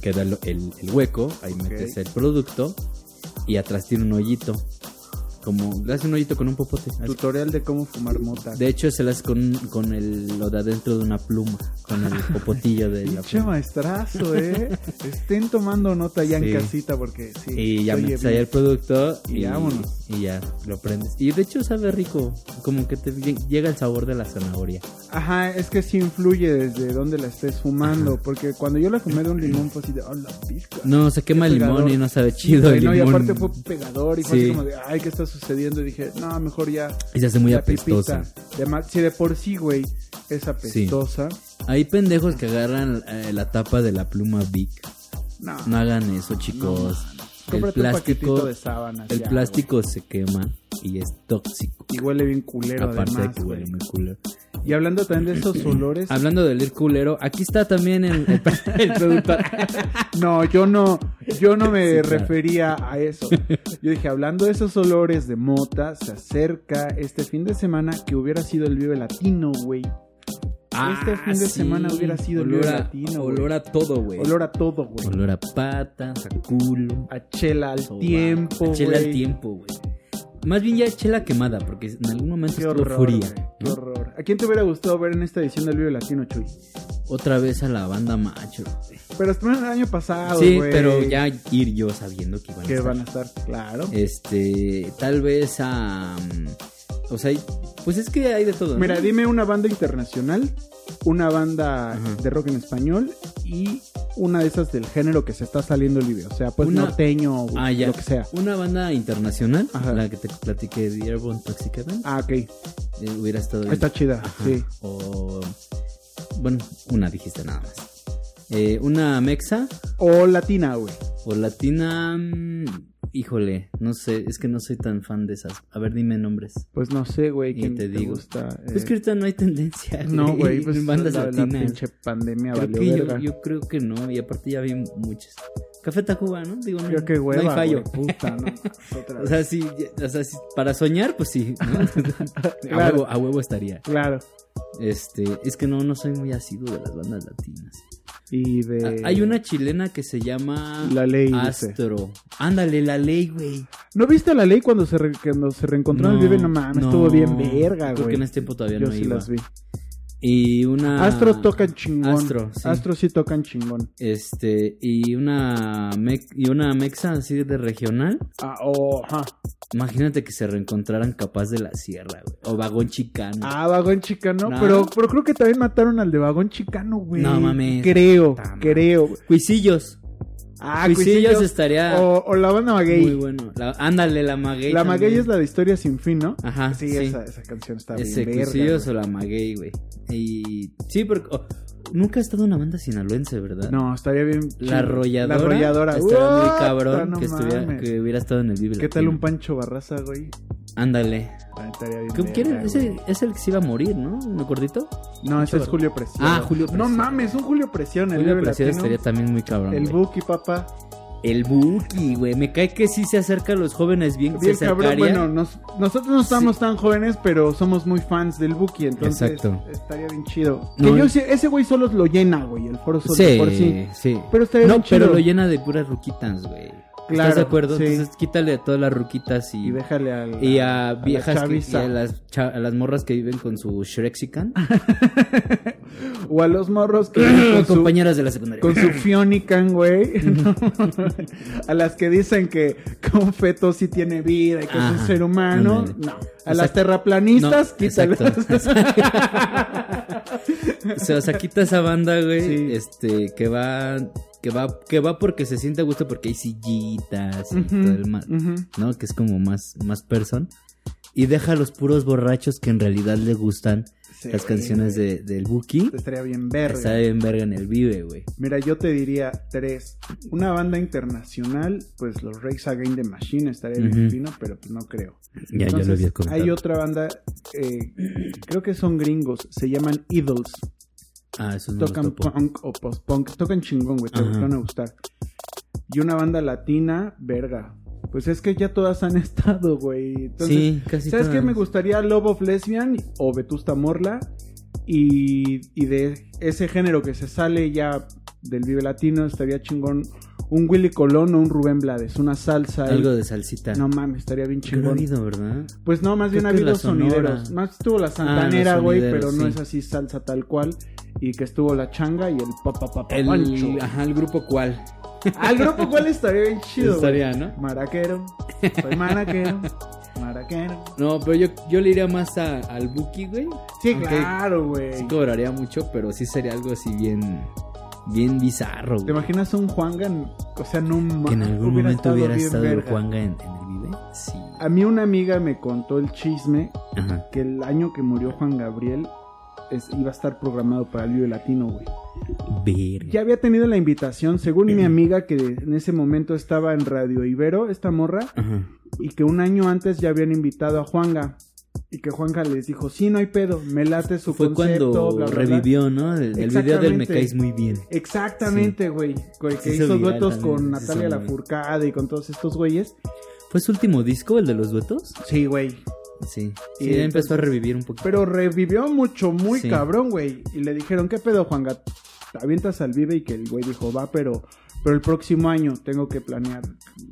[SPEAKER 1] Queda el, el- el hueco, ahí
[SPEAKER 2] Ok.
[SPEAKER 1] metes el producto. Y atrás tiene un hoyito. Como le haces un hoyito con un popote. así.
[SPEAKER 2] Tutorial de cómo fumar mota.
[SPEAKER 1] De hecho, se las con, con el, lo de adentro de una pluma. Con el popotillo de la
[SPEAKER 2] Pinche
[SPEAKER 1] pluma.
[SPEAKER 2] maestrazo, eh. Estén tomando nota ya
[SPEAKER 1] Sí.
[SPEAKER 2] en casita porque sí.
[SPEAKER 1] Y ya
[SPEAKER 2] soy
[SPEAKER 1] metes
[SPEAKER 2] ebrio.
[SPEAKER 1] ahí el producto
[SPEAKER 2] Y
[SPEAKER 1] y,
[SPEAKER 2] vámonos.
[SPEAKER 1] y ya lo prendes. Y de hecho sabe rico, como que te lle- llega el sabor de la zanahoria.
[SPEAKER 2] Ajá, es que sí influye desde dónde la estés fumando. Porque cuando yo la fumé de un limón fue así de, oh, la pizca.
[SPEAKER 1] No, se quema el
[SPEAKER 2] pegador.
[SPEAKER 1] limón y no sabe chido el
[SPEAKER 2] no,
[SPEAKER 1] limón.
[SPEAKER 2] y aparte fue pegador y fue así
[SPEAKER 1] Sí.
[SPEAKER 2] como de, ay, ¿qué está sucediendo? Y dije, no, mejor ya.
[SPEAKER 1] Y se hace muy
[SPEAKER 2] la
[SPEAKER 1] apestosa.
[SPEAKER 2] pipita. De más- si de por sí, güey, es apestosa.
[SPEAKER 1] Hay pendejos que agarran eh, la tapa de la pluma Big.
[SPEAKER 2] No.
[SPEAKER 1] No hagan eso, chicos. el
[SPEAKER 2] Cómprate un
[SPEAKER 1] plástico,
[SPEAKER 2] paquetito de sábanas.
[SPEAKER 1] el
[SPEAKER 2] ya,
[SPEAKER 1] plástico se quema y es tóxico.
[SPEAKER 2] güey. Y huele bien culero.
[SPEAKER 1] Aparte de
[SPEAKER 2] además,
[SPEAKER 1] que huele
[SPEAKER 2] güey.
[SPEAKER 1] muy culero.
[SPEAKER 2] Y hablando también de esos olores.
[SPEAKER 1] Hablando del ir culero, aquí está también el, el, el productor.
[SPEAKER 2] Este No, yo no, yo no me
[SPEAKER 1] Sí, claro.
[SPEAKER 2] refería a eso. Yo dije, hablando de esos olores de mota, se acerca este fin de semana que hubiera sido el Vive Latino, güey. Este fin de semana hubiera sido el
[SPEAKER 1] Ah, olor a,
[SPEAKER 2] Vive Latino, güey.
[SPEAKER 1] olor a todo, güey.
[SPEAKER 2] Olor a todo, güey.
[SPEAKER 1] Olor a patas, a culo.
[SPEAKER 2] A chela al
[SPEAKER 1] sobaco,
[SPEAKER 2] tiempo,
[SPEAKER 1] a Chela al
[SPEAKER 2] güey.
[SPEAKER 1] tiempo, güey. Más bien ya chela quemada, porque en algún momento
[SPEAKER 2] Qué
[SPEAKER 1] estuvo
[SPEAKER 2] horror,
[SPEAKER 1] furia.
[SPEAKER 2] güey, qué
[SPEAKER 1] ¿no?
[SPEAKER 2] horror. ¿A quién te hubiera gustado ver en esta edición del Vive Latino, Chuy?
[SPEAKER 1] Otra vez a la banda macho. güey.
[SPEAKER 2] Pero estuvieron el año pasado,
[SPEAKER 1] sí,
[SPEAKER 2] Ah, güey.
[SPEAKER 1] pero ya ir yo sabiendo que iban a
[SPEAKER 2] Que
[SPEAKER 1] estar.
[SPEAKER 2] van a estar, claro.
[SPEAKER 1] Este, tal vez a. mm, O sea, pues es que hay de todo. ¿no?
[SPEAKER 2] Mira, dime una banda internacional, una banda
[SPEAKER 1] Ajá.
[SPEAKER 2] de rock en español y una de esas del género que se está saliendo el video. O sea, pues
[SPEAKER 1] Una-
[SPEAKER 2] norteño o
[SPEAKER 1] Ah, ya.
[SPEAKER 2] lo que sea.
[SPEAKER 1] Una banda internacional,
[SPEAKER 2] Ajá.
[SPEAKER 1] la que te platiqué, The Airborne Toxic Event,
[SPEAKER 2] Ah, ok.
[SPEAKER 1] eh, hubiera estado bien.
[SPEAKER 2] Está chida,
[SPEAKER 1] Ajá.
[SPEAKER 2] sí.
[SPEAKER 1] O. Bueno, una dijiste nada más. Eh, una mexa
[SPEAKER 2] O latina, güey.
[SPEAKER 1] o latina. mm, Híjole, no sé, es que no soy tan fan de esas. A ver, dime nombres.
[SPEAKER 2] Pues no sé, güey,
[SPEAKER 1] Y
[SPEAKER 2] quién
[SPEAKER 1] te
[SPEAKER 2] te,
[SPEAKER 1] digo.
[SPEAKER 2] gusta. eh,
[SPEAKER 1] Es que ahorita no hay tendencia.
[SPEAKER 2] no, güey, pues
[SPEAKER 1] bandas
[SPEAKER 2] la, la
[SPEAKER 1] latinas.
[SPEAKER 2] pinche pandemia
[SPEAKER 1] Creo
[SPEAKER 2] valió
[SPEAKER 1] que yo,
[SPEAKER 2] verga.
[SPEAKER 1] yo creo que no, y aparte ya vi muchas. Café Tacuba, ¿no? Digo, no,
[SPEAKER 2] Yo qué hueva,
[SPEAKER 1] no hay fallo.
[SPEAKER 2] güey, puta, no. Otra
[SPEAKER 1] O
[SPEAKER 2] vez.
[SPEAKER 1] sea, sí, ya- o sea, sí, para soñar, pues sí. ¿no? a,
[SPEAKER 2] Claro.
[SPEAKER 1] huevo, a huevo estaría.
[SPEAKER 2] Claro.
[SPEAKER 1] Este, es que no, no soy muy asiduo de las bandas latinas.
[SPEAKER 2] Y de...
[SPEAKER 1] Ah, Hay una Ah, chilena que se llama
[SPEAKER 2] Eh, La ley, dice.
[SPEAKER 1] Astro. Ándale, la ley, güey.
[SPEAKER 2] ¿No viste la ley cuando se, re- cuando se reencontró en el Vive? No mames,
[SPEAKER 1] no.
[SPEAKER 2] estuvo bien verga,
[SPEAKER 1] Creo que
[SPEAKER 2] güey.
[SPEAKER 1] en este tiempo todavía
[SPEAKER 2] Yo
[SPEAKER 1] no
[SPEAKER 2] sí
[SPEAKER 1] iba.
[SPEAKER 2] las vi.
[SPEAKER 1] Y una.
[SPEAKER 2] Astros tocan chingón.
[SPEAKER 1] Astro, sí.
[SPEAKER 2] Astro sí tocan chingón.
[SPEAKER 1] Este, y una, mex- y una mexa así de regional.
[SPEAKER 2] Ah, oh, ajá.
[SPEAKER 1] Imagínate que se reencontraran capaz de la sierra, güey. O vagón chicano.
[SPEAKER 2] Ah, Vagón Chicano.
[SPEAKER 1] No.
[SPEAKER 2] Pero, pero creo que también mataron al de Vagón Chicano, güey.
[SPEAKER 1] No mames.
[SPEAKER 2] Creo,
[SPEAKER 1] Puta madre. Pues
[SPEAKER 2] creo.
[SPEAKER 1] Cuisillos.
[SPEAKER 2] Ah,
[SPEAKER 1] Cuisillos,
[SPEAKER 2] Cuisillos.
[SPEAKER 1] estaría
[SPEAKER 2] O, o la banda Maguey.
[SPEAKER 1] muy bueno. La- ándale, la maguey.
[SPEAKER 2] la Maguey
[SPEAKER 1] también.
[SPEAKER 2] es la de Historia Sin Fin, ¿no?
[SPEAKER 1] Ajá,
[SPEAKER 2] sí,
[SPEAKER 1] Ah, sí.
[SPEAKER 2] Esa, esa canción está
[SPEAKER 1] Ese
[SPEAKER 2] bien verga,
[SPEAKER 1] Cuisillos
[SPEAKER 2] güey.
[SPEAKER 1] o la maguey, güey. Y sí, porque oh, nunca ha estado una banda sinaloense, ¿verdad?
[SPEAKER 2] No, estaría bien.
[SPEAKER 1] La arrolladora.
[SPEAKER 2] La arrolladora.
[SPEAKER 1] Estaría muy
[SPEAKER 2] What?
[SPEAKER 1] cabrón
[SPEAKER 2] No
[SPEAKER 1] que, estuviera,
[SPEAKER 2] mames.
[SPEAKER 1] que hubiera estado en el Vive
[SPEAKER 2] ¿Qué tal
[SPEAKER 1] Latino.
[SPEAKER 2] un Pancho Barraza, güey?
[SPEAKER 1] Ándale.
[SPEAKER 2] Ah, estaría bien.
[SPEAKER 1] ¿Qué
[SPEAKER 2] verga,
[SPEAKER 1] quiere?
[SPEAKER 2] güey.
[SPEAKER 1] Ese es el que se iba a morir, ¿no? ¿Me acordito?
[SPEAKER 2] No, ese es
[SPEAKER 1] Barraza.
[SPEAKER 2] Julio Presión.
[SPEAKER 1] Ah, Julio
[SPEAKER 2] No
[SPEAKER 1] Presión.
[SPEAKER 2] mames, un Julio Presión. El
[SPEAKER 1] Julio
[SPEAKER 2] Vive
[SPEAKER 1] Preciado
[SPEAKER 2] Latino.
[SPEAKER 1] estaría también muy cabrón.
[SPEAKER 2] El
[SPEAKER 1] güey.
[SPEAKER 2] Buki, papá.
[SPEAKER 1] El Buki, güey. Me cae que sí se acerca a los jóvenes bien,
[SPEAKER 2] Bien
[SPEAKER 1] se
[SPEAKER 2] cabrón.
[SPEAKER 1] acercaría.
[SPEAKER 2] Bueno, nos- nosotros no estamos tan jóvenes, pero somos muy fans del Buki, entonces
[SPEAKER 1] Exacto.
[SPEAKER 2] estaría bien chido.
[SPEAKER 1] No,
[SPEAKER 2] que yo,
[SPEAKER 1] y-
[SPEAKER 2] sí- ese güey solo lo llena, güey, el foro solo
[SPEAKER 1] sí,
[SPEAKER 2] pues, por sí.
[SPEAKER 1] sí.
[SPEAKER 2] Pero estaría
[SPEAKER 1] no,
[SPEAKER 2] bien chido.
[SPEAKER 1] pero lo llena de puras ruquitas, güey.
[SPEAKER 2] Claro,
[SPEAKER 1] ¿Estás de acuerdo?
[SPEAKER 2] sí.
[SPEAKER 1] Entonces quítale a todas las ruquitas y,
[SPEAKER 2] Y déjale al,
[SPEAKER 1] y
[SPEAKER 2] a
[SPEAKER 1] a
[SPEAKER 2] la
[SPEAKER 1] viejas que- y
[SPEAKER 2] chaviza.
[SPEAKER 1] a las, cha- a las morras que viven con su Shrexican.
[SPEAKER 2] O a los morros que viven con, su,
[SPEAKER 1] compañeras de la secundaria.
[SPEAKER 2] con su Fionican, güey. a las que dicen que, que un feto sí tiene vida y que es un
[SPEAKER 1] Ajá,
[SPEAKER 2] ser humano.
[SPEAKER 1] ándale.
[SPEAKER 2] No. A
[SPEAKER 1] O
[SPEAKER 2] las
[SPEAKER 1] sea,
[SPEAKER 2] terraplanistas,
[SPEAKER 1] no,
[SPEAKER 2] quítalas.
[SPEAKER 1] o sea, o sea, quita esa banda, güey,
[SPEAKER 2] Sí.
[SPEAKER 1] este, que va, que va, que va porque se siente a gusto porque hay sillitas y
[SPEAKER 2] Ujú,
[SPEAKER 1] todo el mal.
[SPEAKER 2] ujú.
[SPEAKER 1] ¿no? Que es como más, más person. Y deja a los puros borrachos que en realidad le gustan
[SPEAKER 2] Sí,
[SPEAKER 1] las canciones
[SPEAKER 2] güey.
[SPEAKER 1] este, de, del Buki.
[SPEAKER 2] Estaría bien verga.
[SPEAKER 1] Está en verga en el vive, güey.
[SPEAKER 2] Mira, yo te diría tres. Una banda internacional, pues los Rage Against the Machine estaría bien
[SPEAKER 1] Ujú.
[SPEAKER 2] fino, pero pues no creo.
[SPEAKER 1] Ya, ya lo había comentado.
[SPEAKER 2] hay otra banda, eh, creo que son gringos, se llaman Idols.
[SPEAKER 1] Ah, eso no
[SPEAKER 2] Tocan
[SPEAKER 1] lo topo.
[SPEAKER 2] punk o post-punk, tocan chingón, güey, te
[SPEAKER 1] Ajá.
[SPEAKER 2] van a gustar. Y una banda latina, verga. Pues es que ya todas han estado, güey. Entonces,
[SPEAKER 1] sí, casi
[SPEAKER 2] ¿Sabes qué?
[SPEAKER 1] todas.
[SPEAKER 2] Me gustaría Love of Lesbian o Vetusta Morla. Y, y de ese género que se sale ya del Vive Latino, estaría chingón un Willy Colón o un Rubén Blades. Una salsa. ahí.
[SPEAKER 1] Algo de salsita.
[SPEAKER 2] No mames, estaría bien
[SPEAKER 1] Que no ha
[SPEAKER 2] chingón.
[SPEAKER 1] habido, ¿verdad?
[SPEAKER 2] Pues no, más
[SPEAKER 1] Creo
[SPEAKER 2] bien ha
[SPEAKER 1] que
[SPEAKER 2] habido
[SPEAKER 1] la Sonora. Ah,
[SPEAKER 2] sonideros. Más estuvo la santanera,
[SPEAKER 1] los
[SPEAKER 2] güey,
[SPEAKER 1] sonideros,
[SPEAKER 2] pero no
[SPEAKER 1] sí.
[SPEAKER 2] es así salsa tal cual. Y que estuvo la changa y el
[SPEAKER 1] El,
[SPEAKER 2] papapapancho.
[SPEAKER 1] ajá, el grupo cuál.
[SPEAKER 2] Al grupo cual estaría bien chido. güey.
[SPEAKER 1] Estaría, ¿no?
[SPEAKER 2] Maraquero. Soy maraquero. Maraquero.
[SPEAKER 1] No, pero yo, yo le iría más a- al Buki, güey.
[SPEAKER 2] Sí,
[SPEAKER 1] Aunque
[SPEAKER 2] claro, güey.
[SPEAKER 1] Sí cobraría mucho, pero sí sería algo así bien, bien bizarro,
[SPEAKER 2] ¿Te
[SPEAKER 1] güey.
[SPEAKER 2] imaginas un Juanga? en- O sea, no ma-
[SPEAKER 1] Que en algún momento hubiera
[SPEAKER 2] bien
[SPEAKER 1] estado
[SPEAKER 2] verga.
[SPEAKER 1] Juanga en, en el vive. Sí.
[SPEAKER 2] A mí una amiga me contó el chisme
[SPEAKER 1] Ajá.
[SPEAKER 2] que el año que murió Juan Gabriel es- iba a estar programado para el Vive Latino, güey.
[SPEAKER 1] Verga.
[SPEAKER 2] Ya había tenido la invitación, según mi amiga que en ese momento estaba en Radio Ibero, esta morra,
[SPEAKER 1] Ajá.
[SPEAKER 2] y que un año antes ya habían invitado a Juanga. Y que Juanja les dijo, sí, no hay pedo, me late su
[SPEAKER 1] Fue
[SPEAKER 2] concepto.
[SPEAKER 1] cuando
[SPEAKER 2] bla, bla, bla".
[SPEAKER 1] revivió, ¿no? El, el video del Me
[SPEAKER 2] Exactamente.
[SPEAKER 1] Caes Muy Bien.
[SPEAKER 2] Exactamente, güey. con el
[SPEAKER 1] Se
[SPEAKER 2] Que
[SPEAKER 1] hizo
[SPEAKER 2] hizo
[SPEAKER 1] viral
[SPEAKER 2] duetos
[SPEAKER 1] también,
[SPEAKER 2] con
[SPEAKER 1] se hizo
[SPEAKER 2] Natalia
[SPEAKER 1] viral.
[SPEAKER 2] Lafourcade y con todos estos güeyes.
[SPEAKER 1] ¿Fue su último disco, el de los duetos?
[SPEAKER 2] Sí, güey.
[SPEAKER 1] Sí.
[SPEAKER 2] Y
[SPEAKER 1] Sí, ya empezó a
[SPEAKER 2] entonces-
[SPEAKER 1] revivir un poquito.
[SPEAKER 2] Pero revivió mucho, muy
[SPEAKER 1] Sí.
[SPEAKER 2] cabrón, güey. Y le dijeron, ¿qué pedo, Juan Gat? ¿Te avientas al vive y que el güey dijo, va, pero, pero el próximo año tengo que planear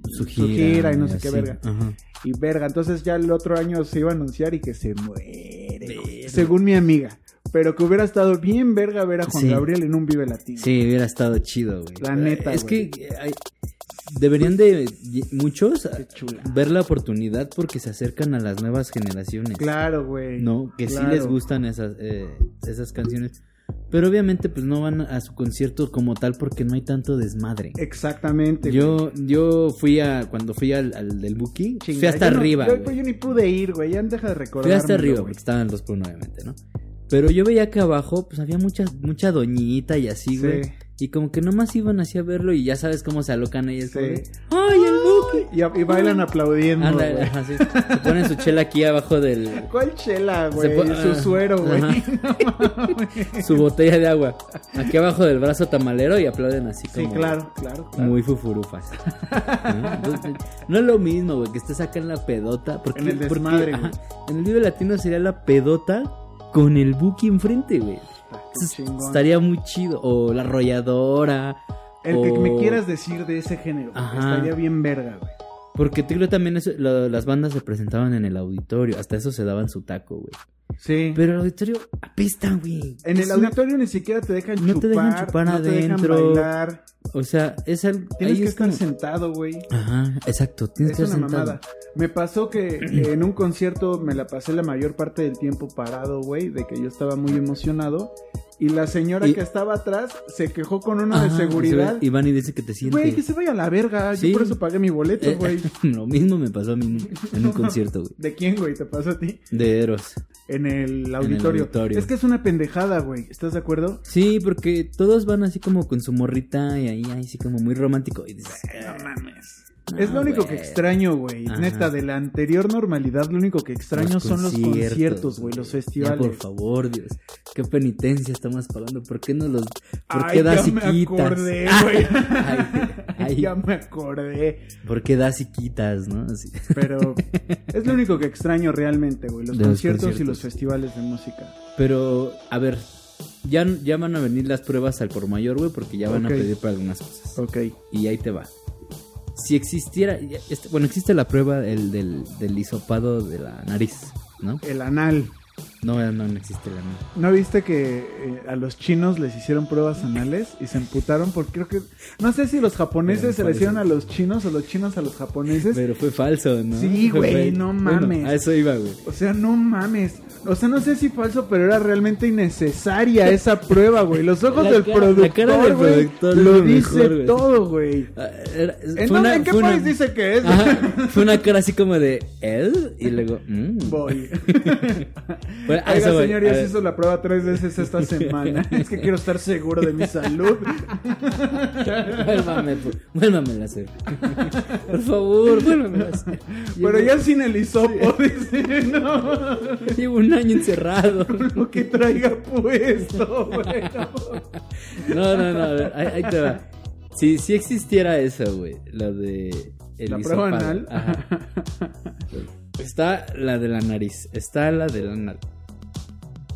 [SPEAKER 1] su gira,
[SPEAKER 2] gira, y no sé qué
[SPEAKER 1] así.
[SPEAKER 2] verga.
[SPEAKER 1] Ajá.
[SPEAKER 2] Y verga, entonces ya el otro año se iba a anunciar y que se muere. güey.
[SPEAKER 1] Verga.
[SPEAKER 2] Según mi amiga. Pero que hubiera estado bien verga ver a Juan
[SPEAKER 1] Sí.
[SPEAKER 2] Gabriel en un vive latino.
[SPEAKER 1] Sí, hubiera estado chido, güey.
[SPEAKER 2] La neta,
[SPEAKER 1] Es
[SPEAKER 2] güey.
[SPEAKER 1] que eh, hay- deberían de muchos
[SPEAKER 2] Qué chula.
[SPEAKER 1] ver la oportunidad porque se acercan a las nuevas generaciones.
[SPEAKER 2] Claro, güey.
[SPEAKER 1] No, que
[SPEAKER 2] Claro.
[SPEAKER 1] sí les gustan esas, eh, esas canciones. Pero obviamente pues no van a su concierto como tal porque no hay tanto desmadre.
[SPEAKER 2] Exactamente. güey.
[SPEAKER 1] Yo, yo fui a, cuando fui al, al del Buki, fui
[SPEAKER 2] Chinga,
[SPEAKER 1] hasta
[SPEAKER 2] yo no-
[SPEAKER 1] arriba.
[SPEAKER 2] yo, pues,
[SPEAKER 1] güey.
[SPEAKER 2] yo ni pude ir, güey. Ya deja de recordar.
[SPEAKER 1] Fui hasta arriba, porque estaban los por obviamente, ¿no? Pero yo veía que abajo, pues había mucha, mucha doñita y así, güey. Y como que nomás iban así a verlo y ya sabes cómo se alocan ellas.
[SPEAKER 2] Sí.
[SPEAKER 1] como de, ¡Ay, el Buki!
[SPEAKER 2] Y, y bailan aplaudiendo.
[SPEAKER 1] Anda,
[SPEAKER 2] güey.
[SPEAKER 1] ajá, sí. Se ponen su chela aquí abajo del...
[SPEAKER 2] ¿Cuál chela,
[SPEAKER 1] Se
[SPEAKER 2] güey?
[SPEAKER 1] po-
[SPEAKER 2] Su
[SPEAKER 1] ah,
[SPEAKER 2] suero, güey.
[SPEAKER 1] ajá. Su botella de agua. Aquí abajo del brazo tamalero y aplauden así
[SPEAKER 2] Sí,
[SPEAKER 1] como...
[SPEAKER 2] claro, claro. claro.
[SPEAKER 1] Muy fufurufas. ¿No? Entonces, no es lo mismo, güey, que estés acá en la pedota. Porque,
[SPEAKER 2] En el desmadre, güey.
[SPEAKER 1] en el Vive Latino sería la pedota con el Buki enfrente, güey.
[SPEAKER 2] Ah,
[SPEAKER 1] Eso
[SPEAKER 2] qué
[SPEAKER 1] es-
[SPEAKER 2] chingón.
[SPEAKER 1] Estaría muy chido. O la arrolladora.
[SPEAKER 2] El que
[SPEAKER 1] o-
[SPEAKER 2] me quieras decir de ese género, güey,
[SPEAKER 1] Ajá.
[SPEAKER 2] estaría bien verga, güey.
[SPEAKER 1] Porque te digo, también eso- lo- las bandas se presentaban en el auditorio. Hasta eso se daban su taco, güey.
[SPEAKER 2] Sí.
[SPEAKER 1] Pero el auditorio apesta, güey.
[SPEAKER 2] en
[SPEAKER 1] Es
[SPEAKER 2] el
[SPEAKER 1] una-
[SPEAKER 2] auditorio ni siquiera te dejan
[SPEAKER 1] No
[SPEAKER 2] chupar.
[SPEAKER 1] te dejan chupar
[SPEAKER 2] no te dejan
[SPEAKER 1] adentro.
[SPEAKER 2] bailar.
[SPEAKER 1] O sea, es algo.
[SPEAKER 2] Tienes
[SPEAKER 1] ahí
[SPEAKER 2] que
[SPEAKER 1] es
[SPEAKER 2] estar
[SPEAKER 1] como-
[SPEAKER 2] sentado, güey.
[SPEAKER 1] Ajá, exacto. Tienes
[SPEAKER 2] Es
[SPEAKER 1] que
[SPEAKER 2] una
[SPEAKER 1] estar sentado.
[SPEAKER 2] mamada. Me pasó que eh, en un concierto me la pasé la mayor parte del tiempo parado, güey, de que yo estaba muy emocionado. Y la señora
[SPEAKER 1] Y-
[SPEAKER 2] que estaba atrás se quejó con uno
[SPEAKER 1] Ajá,
[SPEAKER 2] de seguridad.
[SPEAKER 1] Y van y dicen que te sientes.
[SPEAKER 2] Güey, que se vaya a la verga.
[SPEAKER 1] Sí.
[SPEAKER 2] Yo por eso pagué mi boleto,
[SPEAKER 1] Eh,
[SPEAKER 2] güey.
[SPEAKER 1] lo mismo me pasó a mí en un concierto, güey.
[SPEAKER 2] ¿De quién, güey? ¿Te pasó a ti?
[SPEAKER 1] De Eros.
[SPEAKER 2] En el auditorio.
[SPEAKER 1] auditorio.
[SPEAKER 2] Es que es una pendejada, güey. ¿Estás de acuerdo?
[SPEAKER 1] Sí, porque todos van así como con su morrita y ahí, ahí sí como muy romántico. Y dices,
[SPEAKER 2] No mames.
[SPEAKER 1] "Ah,
[SPEAKER 2] Es lo único que
[SPEAKER 1] güey".
[SPEAKER 2] extraño, güey.
[SPEAKER 1] Ajá.
[SPEAKER 2] Neta, de la anterior normalidad, lo único que extraño son los conciertos, güey, los
[SPEAKER 1] Ya,
[SPEAKER 2] festivales.
[SPEAKER 1] por favor, Dios. Qué penitencia estamos pagando. ¿Por qué no los.? ¿Por
[SPEAKER 2] Ay,
[SPEAKER 1] qué das
[SPEAKER 2] ya
[SPEAKER 1] y
[SPEAKER 2] me
[SPEAKER 1] quitas?
[SPEAKER 2] acordé, güey.
[SPEAKER 1] Ay,
[SPEAKER 2] Ya
[SPEAKER 1] ay,
[SPEAKER 2] me acordé.
[SPEAKER 1] ¿Por qué das y quitas, no? Así.
[SPEAKER 2] Pero es lo único que extraño realmente, güey. Los
[SPEAKER 1] De los
[SPEAKER 2] conciertos, y
[SPEAKER 1] conciertos.
[SPEAKER 2] los festivales de música.
[SPEAKER 1] Pero, a ver. Ya, ya van a venir las pruebas al por mayor, güey, porque ya van
[SPEAKER 2] Ok.
[SPEAKER 1] a pedir para algunas cosas.
[SPEAKER 2] Ok.
[SPEAKER 1] Y ahí te va. Si existiera. ya- este- Bueno, existe la prueba el del, del hisopado de la nariz, ¿no?
[SPEAKER 2] El anal.
[SPEAKER 1] No, no, no existe la nariz.
[SPEAKER 2] ¿No viste que eh, a los chinos les hicieron pruebas anales y se emputaron? Porque creo que. No sé si los
[SPEAKER 1] Pero me
[SPEAKER 2] japoneses se le
[SPEAKER 1] parece-
[SPEAKER 2] hicieron a los chinos o los chinos a los japoneses.
[SPEAKER 1] Pero fue falso, ¿no?
[SPEAKER 2] Pues, Sí,
[SPEAKER 1] Fue
[SPEAKER 2] güey,
[SPEAKER 1] fake.
[SPEAKER 2] no
[SPEAKER 1] Bueno,
[SPEAKER 2] mames.
[SPEAKER 1] a eso iba, güey.
[SPEAKER 2] O sea, no mames. O sea, no sé si falso, pero era realmente innecesaria esa prueba, güey. Los ojos
[SPEAKER 1] La
[SPEAKER 2] del
[SPEAKER 1] cara- la
[SPEAKER 2] productor,
[SPEAKER 1] cara del
[SPEAKER 2] güey,
[SPEAKER 1] productor es
[SPEAKER 2] lo
[SPEAKER 1] lo
[SPEAKER 2] dice
[SPEAKER 1] mejor, güey.
[SPEAKER 2] todo, güey.
[SPEAKER 1] Ah, era-
[SPEAKER 2] ¿En,
[SPEAKER 1] fue
[SPEAKER 2] dónde-
[SPEAKER 1] una-
[SPEAKER 2] en qué
[SPEAKER 1] fue una-
[SPEAKER 2] país dice que es?
[SPEAKER 1] Ajá, fue una cara así como de él y luego. mm.
[SPEAKER 2] Voy.
[SPEAKER 1] Bueno, a
[SPEAKER 2] Oiga,
[SPEAKER 1] eso voy,
[SPEAKER 2] señor,
[SPEAKER 1] a
[SPEAKER 2] ya se
[SPEAKER 1] ver.
[SPEAKER 2] hizo la prueba tres veces esta semana. es que quiero estar seguro de mi salud.
[SPEAKER 1] Vuélvame, por- vuélvamela a hacer. Por favor, vuélvamela a hacer.
[SPEAKER 2] Pero
[SPEAKER 1] Llevo-
[SPEAKER 2] ya sin el hisopo, dice, no.
[SPEAKER 1] Llevo un año encerrado.
[SPEAKER 2] Lo que traiga puesto, güey.
[SPEAKER 1] No, no, no, a ver, ahí, ahí te va. Si, si existiera eso, güey, la de... el
[SPEAKER 2] La prueba
[SPEAKER 1] hisopado,
[SPEAKER 2] anal.
[SPEAKER 1] ajá. Está la de la nariz, está la del anal.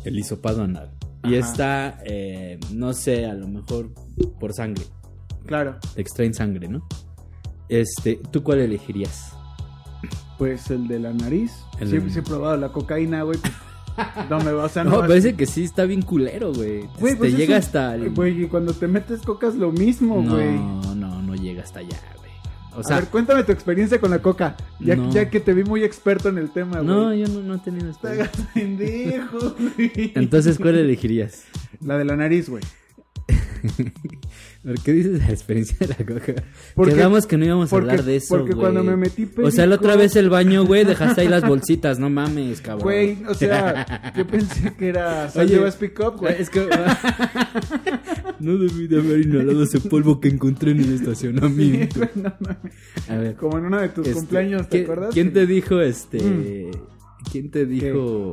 [SPEAKER 1] El hisopado anal. Y
[SPEAKER 2] Ajá.
[SPEAKER 1] está, eh, no sé, a lo mejor por sangre.
[SPEAKER 2] Claro,
[SPEAKER 1] Te extraen sangre, ¿no? Este, ¿tú cuál elegirías?
[SPEAKER 2] pues el de la nariz.
[SPEAKER 1] El de-
[SPEAKER 2] Siempre he probado la cocaína, güey. pues, Ah, No me vas a
[SPEAKER 1] No, parece que sí está bien culero, güey.
[SPEAKER 2] Güey,
[SPEAKER 1] Te-
[SPEAKER 2] pues
[SPEAKER 1] te
[SPEAKER 2] es
[SPEAKER 1] llega
[SPEAKER 2] un-
[SPEAKER 1] hasta el...
[SPEAKER 2] Güey, y cuando te metes cocas lo mismo, güey.
[SPEAKER 1] no, no, no llega hasta allá, güey. O
[SPEAKER 2] a
[SPEAKER 1] sea,
[SPEAKER 2] ver, cuéntame tu experiencia con la coca. Ya,
[SPEAKER 1] No.
[SPEAKER 2] ya que te vi muy experto en el tema,
[SPEAKER 1] no,
[SPEAKER 2] güey.
[SPEAKER 1] yo no, no he tenido
[SPEAKER 2] Te
[SPEAKER 1] experiencia.
[SPEAKER 2] hagas pendejo, güey.
[SPEAKER 1] Entonces, ¿cuál elegirías?
[SPEAKER 2] La de la nariz, güey.
[SPEAKER 1] ¿Por qué dices la experiencia de la coca?
[SPEAKER 2] Porque-
[SPEAKER 1] Quedamos que no íbamos a
[SPEAKER 2] porque-
[SPEAKER 1] hablar de eso,
[SPEAKER 2] porque cuando
[SPEAKER 1] güey.
[SPEAKER 2] me metí pues,
[SPEAKER 1] O sea, la otra
[SPEAKER 2] perico-
[SPEAKER 1] vez el baño, güey, dejaste ahí las bolsitas, no mames, cabrón.
[SPEAKER 2] Güey, o sea, yo pensé que era
[SPEAKER 1] Oye,
[SPEAKER 2] Santiago Speak Up, güey.
[SPEAKER 1] Es que... no debí de haber inhalado ese polvo que encontré en el
[SPEAKER 2] Sí,
[SPEAKER 1] estacionamiento.
[SPEAKER 2] güey, no mames.
[SPEAKER 1] A ver.
[SPEAKER 2] Como en uno de tus
[SPEAKER 1] este,
[SPEAKER 2] cumpleaños, ¿te
[SPEAKER 1] ¿quién-
[SPEAKER 2] acuerdas? Mm.
[SPEAKER 1] ¿Quién te dijo, este... ¿Quién te dijo